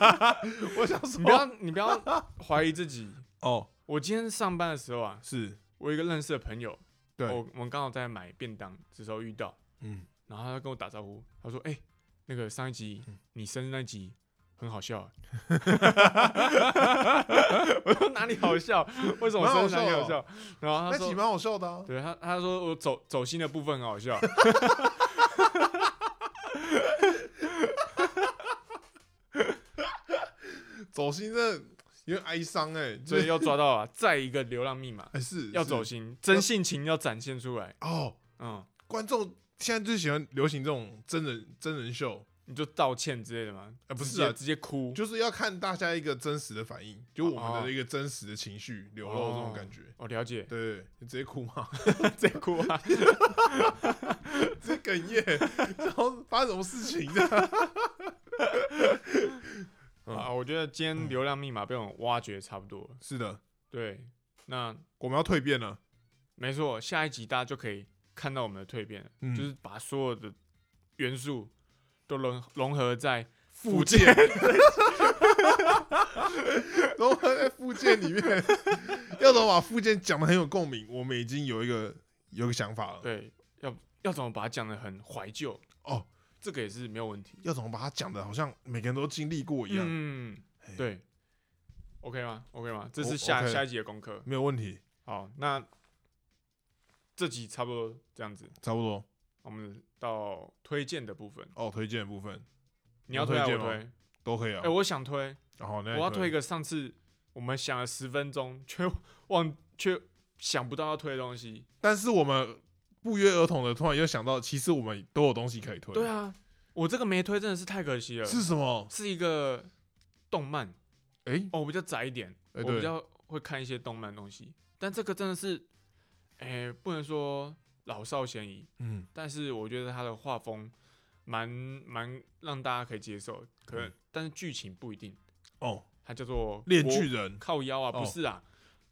Speaker 1: (laughs) 我想
Speaker 2: 你不
Speaker 1: 说，
Speaker 2: 要，你不要怀疑自己。
Speaker 1: 哦，
Speaker 2: 我今天上班的时候啊，
Speaker 1: 是，
Speaker 2: 我有一个认识的朋友，
Speaker 1: 对
Speaker 2: 我我们刚好在买便当这时候遇到，
Speaker 1: 嗯，
Speaker 2: 然后他就跟我打招呼，他说：“哎、那个上一集你生日那集很好 (laughs) 笑。”啊我说哪里好笑？为什么我生日哪里好笑？哦然
Speaker 1: 那
Speaker 2: 后他
Speaker 1: 集
Speaker 2: 说。
Speaker 1: 蛮好笑的啊。
Speaker 2: 对他，他说我走走心的部分很好 (laughs) 笑，
Speaker 1: 走心真的有点哀伤哎、欸，
Speaker 2: 所以要抓到啊，再一个流浪密码，
Speaker 1: 还是
Speaker 2: 要走
Speaker 1: 是
Speaker 2: 心，真性情要展现出来。
Speaker 1: 哦。
Speaker 2: 嗯，
Speaker 1: 观众现在最喜欢流行这种真人真人秀，
Speaker 2: 你就道歉之类的嘛，
Speaker 1: 呃不
Speaker 2: 直
Speaker 1: 是
Speaker 2: 接
Speaker 1: 啊
Speaker 2: 直接哭，
Speaker 1: 就是要看大家一个真实的反应，就我们的一个真实的情绪流露这种感觉。
Speaker 2: 我哦了解，
Speaker 1: 对，你直接哭嘛，
Speaker 2: 直接哭 (laughs) 啊，
Speaker 1: (laughs) 直接哽咽，然后发生什么事情 (laughs) 这样？嗯
Speaker 2: 啊，我觉得今天流量密码被我们挖掘差不多了。
Speaker 1: 是的，
Speaker 2: 对，那
Speaker 1: 我们要蜕变了。
Speaker 2: 没错，下一集大家就可以看到我们的蜕变了，
Speaker 1: 嗯
Speaker 2: 就是把所有的元素都融融合在
Speaker 1: 附件， (laughs) 然后在附件里面， (laughs) 要怎么把附件讲的很有共鸣？我们已经有一个有一个想法了。
Speaker 2: 对，要要怎么把它讲的很怀旧
Speaker 1: 哦，
Speaker 2: 这个也是没有问题。
Speaker 1: 要怎么把它讲的好像每个人都经历过一样？
Speaker 2: 嗯，
Speaker 1: 嘿
Speaker 2: 对，OK 吗？OK 吗？这
Speaker 1: 哦
Speaker 2: 是下、
Speaker 1: OK
Speaker 2: 下一集的功课。
Speaker 1: 没有问题，
Speaker 2: 好，那这集差不多这样子，
Speaker 1: 差不多。
Speaker 2: 我们到推荐的部分，
Speaker 1: 哦，推荐的部分
Speaker 2: 你要
Speaker 1: 推
Speaker 2: 推还是
Speaker 1: 荐
Speaker 2: 我推？
Speaker 1: 吗都可以啊
Speaker 2: 哎、。我想推，
Speaker 1: 然后那
Speaker 2: 我
Speaker 1: 你
Speaker 2: 要推一个上次我们想了十分钟却忘却想不到要推的东西。
Speaker 1: 但是我们不约而同的突然又想到，其实我们都有东西可以推。
Speaker 2: 对，啊，我这个没推真的是太可惜了。
Speaker 1: 是什么？
Speaker 2: 是一个动漫
Speaker 1: 哎、
Speaker 2: 哦，我比较宅一点，
Speaker 1: 哎
Speaker 2: 我
Speaker 1: 对
Speaker 2: 比较会看一些动漫东西。但这个真的是，哎、不能说老少咸宜，
Speaker 1: 嗯，
Speaker 2: 但是我觉得他的画风蛮蛮让大家可以接受，可能、
Speaker 1: 嗯
Speaker 2: 但是剧情不一定。
Speaker 1: 哦，
Speaker 2: 它叫做
Speaker 1: 炼
Speaker 2: 国
Speaker 1: 巨人，
Speaker 2: 靠腰啊，
Speaker 1: 哦
Speaker 2: 不是啊，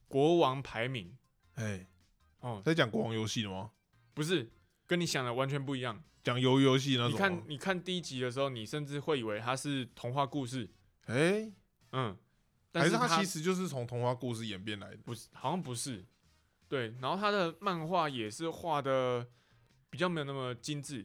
Speaker 2: 国王排名
Speaker 1: 哎、
Speaker 2: 哦，
Speaker 1: 在讲国王游戏的吗？
Speaker 2: 不是，跟你想的完全不一样。
Speaker 1: 讲鱿鱼游戏那
Speaker 2: 你
Speaker 1: 种
Speaker 2: 看
Speaker 1: 吗？，
Speaker 2: 你看第一集的时候，你甚至会以为它是童话故事，
Speaker 1: 哎、
Speaker 2: 嗯，但
Speaker 1: 还是
Speaker 2: 它
Speaker 1: 它其实就是从童话故事演变来的。
Speaker 2: 不是，好像不是，对。然后它的漫画也是画的比较没有那么精致，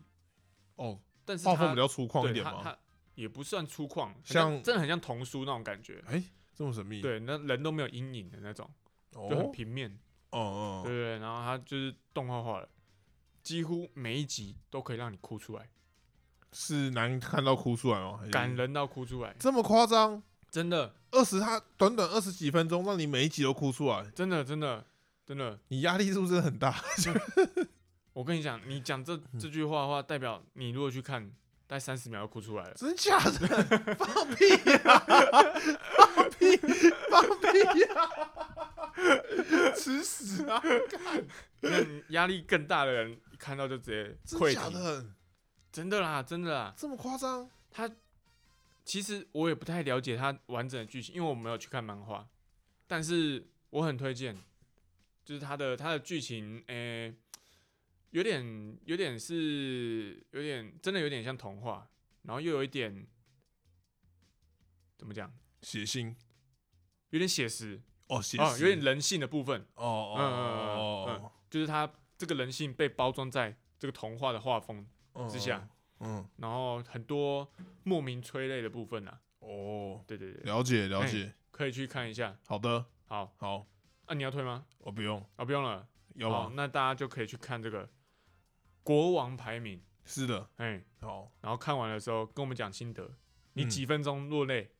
Speaker 1: 哦，
Speaker 2: 但是
Speaker 1: 画
Speaker 2: 它
Speaker 1: 风比较粗犷
Speaker 2: 对
Speaker 1: 一点
Speaker 2: 它
Speaker 1: 吗？
Speaker 2: 它也不算粗犷，很像
Speaker 1: 像
Speaker 2: 真的很像童书那种感觉，
Speaker 1: 哎、这么神秘？，
Speaker 2: 对，那人都没有阴影的那种，
Speaker 1: 哦，
Speaker 2: 就很
Speaker 1: 哦
Speaker 2: 平面，
Speaker 1: 哦，
Speaker 2: 对对对。然后它就是动画化了，几乎每一集都可以让你哭出来，
Speaker 1: 是难看到哭出来吗？还是
Speaker 2: 感人到哭出来，
Speaker 1: 这么夸张？
Speaker 2: 真的，
Speaker 1: 二十，它短短二十几分钟，让你每一集都哭出来，
Speaker 2: 真的，真的，真的。
Speaker 1: 你压力是不是很大？
Speaker 2: 我跟你讲，你讲这
Speaker 1: 嗯
Speaker 2: 这句话的话，代表你如果去看，大概三十秒就哭出来了。
Speaker 1: (laughs) 真假的？ (laughs) 放屁呀、放屁！放屁呀、吃屎啊！
Speaker 2: (laughs) 那你压力更大的人，一看到就直接
Speaker 1: 真
Speaker 2: 溃
Speaker 1: 假
Speaker 2: 堤。
Speaker 1: 的？
Speaker 2: 真的啦，真的啦。
Speaker 1: 这么夸张？
Speaker 2: 其实我也不太了解它完整的剧情，因为我没有去看漫画，但是我很推荐，就是它的它的剧情，诶、有点有点是有点真的有点像童话，然后又有一点怎么讲，
Speaker 1: 血腥
Speaker 2: 有点写实
Speaker 1: 哦，血
Speaker 2: 啊、
Speaker 1: 腥
Speaker 2: 有点人性的部分。
Speaker 1: 哦哦
Speaker 2: 嗯嗯嗯
Speaker 1: 哦
Speaker 2: 就是他这个人性被包装在这个童话的画风，
Speaker 1: 哦
Speaker 2: 之下，
Speaker 1: 嗯
Speaker 2: 然后很多莫名催泪的部分啊，
Speaker 1: 哦，
Speaker 2: 对对对，
Speaker 1: 了解了解，
Speaker 2: 可以去看一下。
Speaker 1: 好的，
Speaker 2: 好，
Speaker 1: 好，
Speaker 2: 啊，你要推吗？
Speaker 1: 我不用，
Speaker 2: 啊，不用了，
Speaker 1: 要
Speaker 2: 好，
Speaker 1: 吗？
Speaker 2: 那大家就可以去看这个国王排名，
Speaker 1: 是的，
Speaker 2: 哎，
Speaker 1: 好，
Speaker 2: 然后看完的时候跟我们讲心得，你
Speaker 1: 嗯
Speaker 2: 几分钟落泪，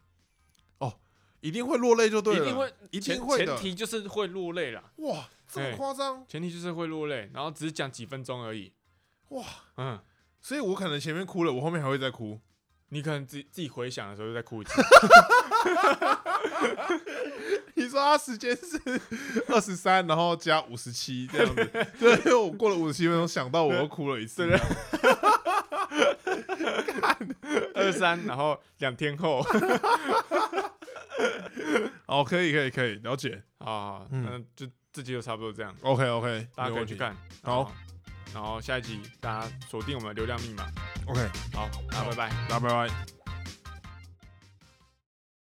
Speaker 1: 一定会落泪就对
Speaker 2: 一
Speaker 1: 了，
Speaker 2: 定会，
Speaker 1: 一
Speaker 2: 前
Speaker 1: 定会
Speaker 2: 前
Speaker 1: 的。
Speaker 2: 提就是会落泪啦，
Speaker 1: 哇，这么
Speaker 2: 哎
Speaker 1: 夸张？
Speaker 2: 前提就是会落泪，然后只讲几分钟而已。
Speaker 1: 哇，
Speaker 2: 嗯，
Speaker 1: 所以我可能前面哭了，我后面还会再哭。
Speaker 2: 你可能自己自己回想的时候就在哭一次， (laughs)
Speaker 1: 你说他时间是二十三，然后加五十七这样子，对，因为我过了五十七分钟，想到我又哭了一次
Speaker 2: 对。二三，然后两
Speaker 1: (laughs)
Speaker 2: 天后。
Speaker 1: 哦，可以，可以，可以，了解。
Speaker 2: 啊，
Speaker 1: 嗯
Speaker 2: 那就这集就差不多这样，
Speaker 1: OK OK，
Speaker 2: 大家可以去看。
Speaker 1: 好
Speaker 2: 然后，然后下一集大家锁定我们的流量密码。
Speaker 1: OK，
Speaker 2: 好，大家拜拜。
Speaker 1: 大家拜拜。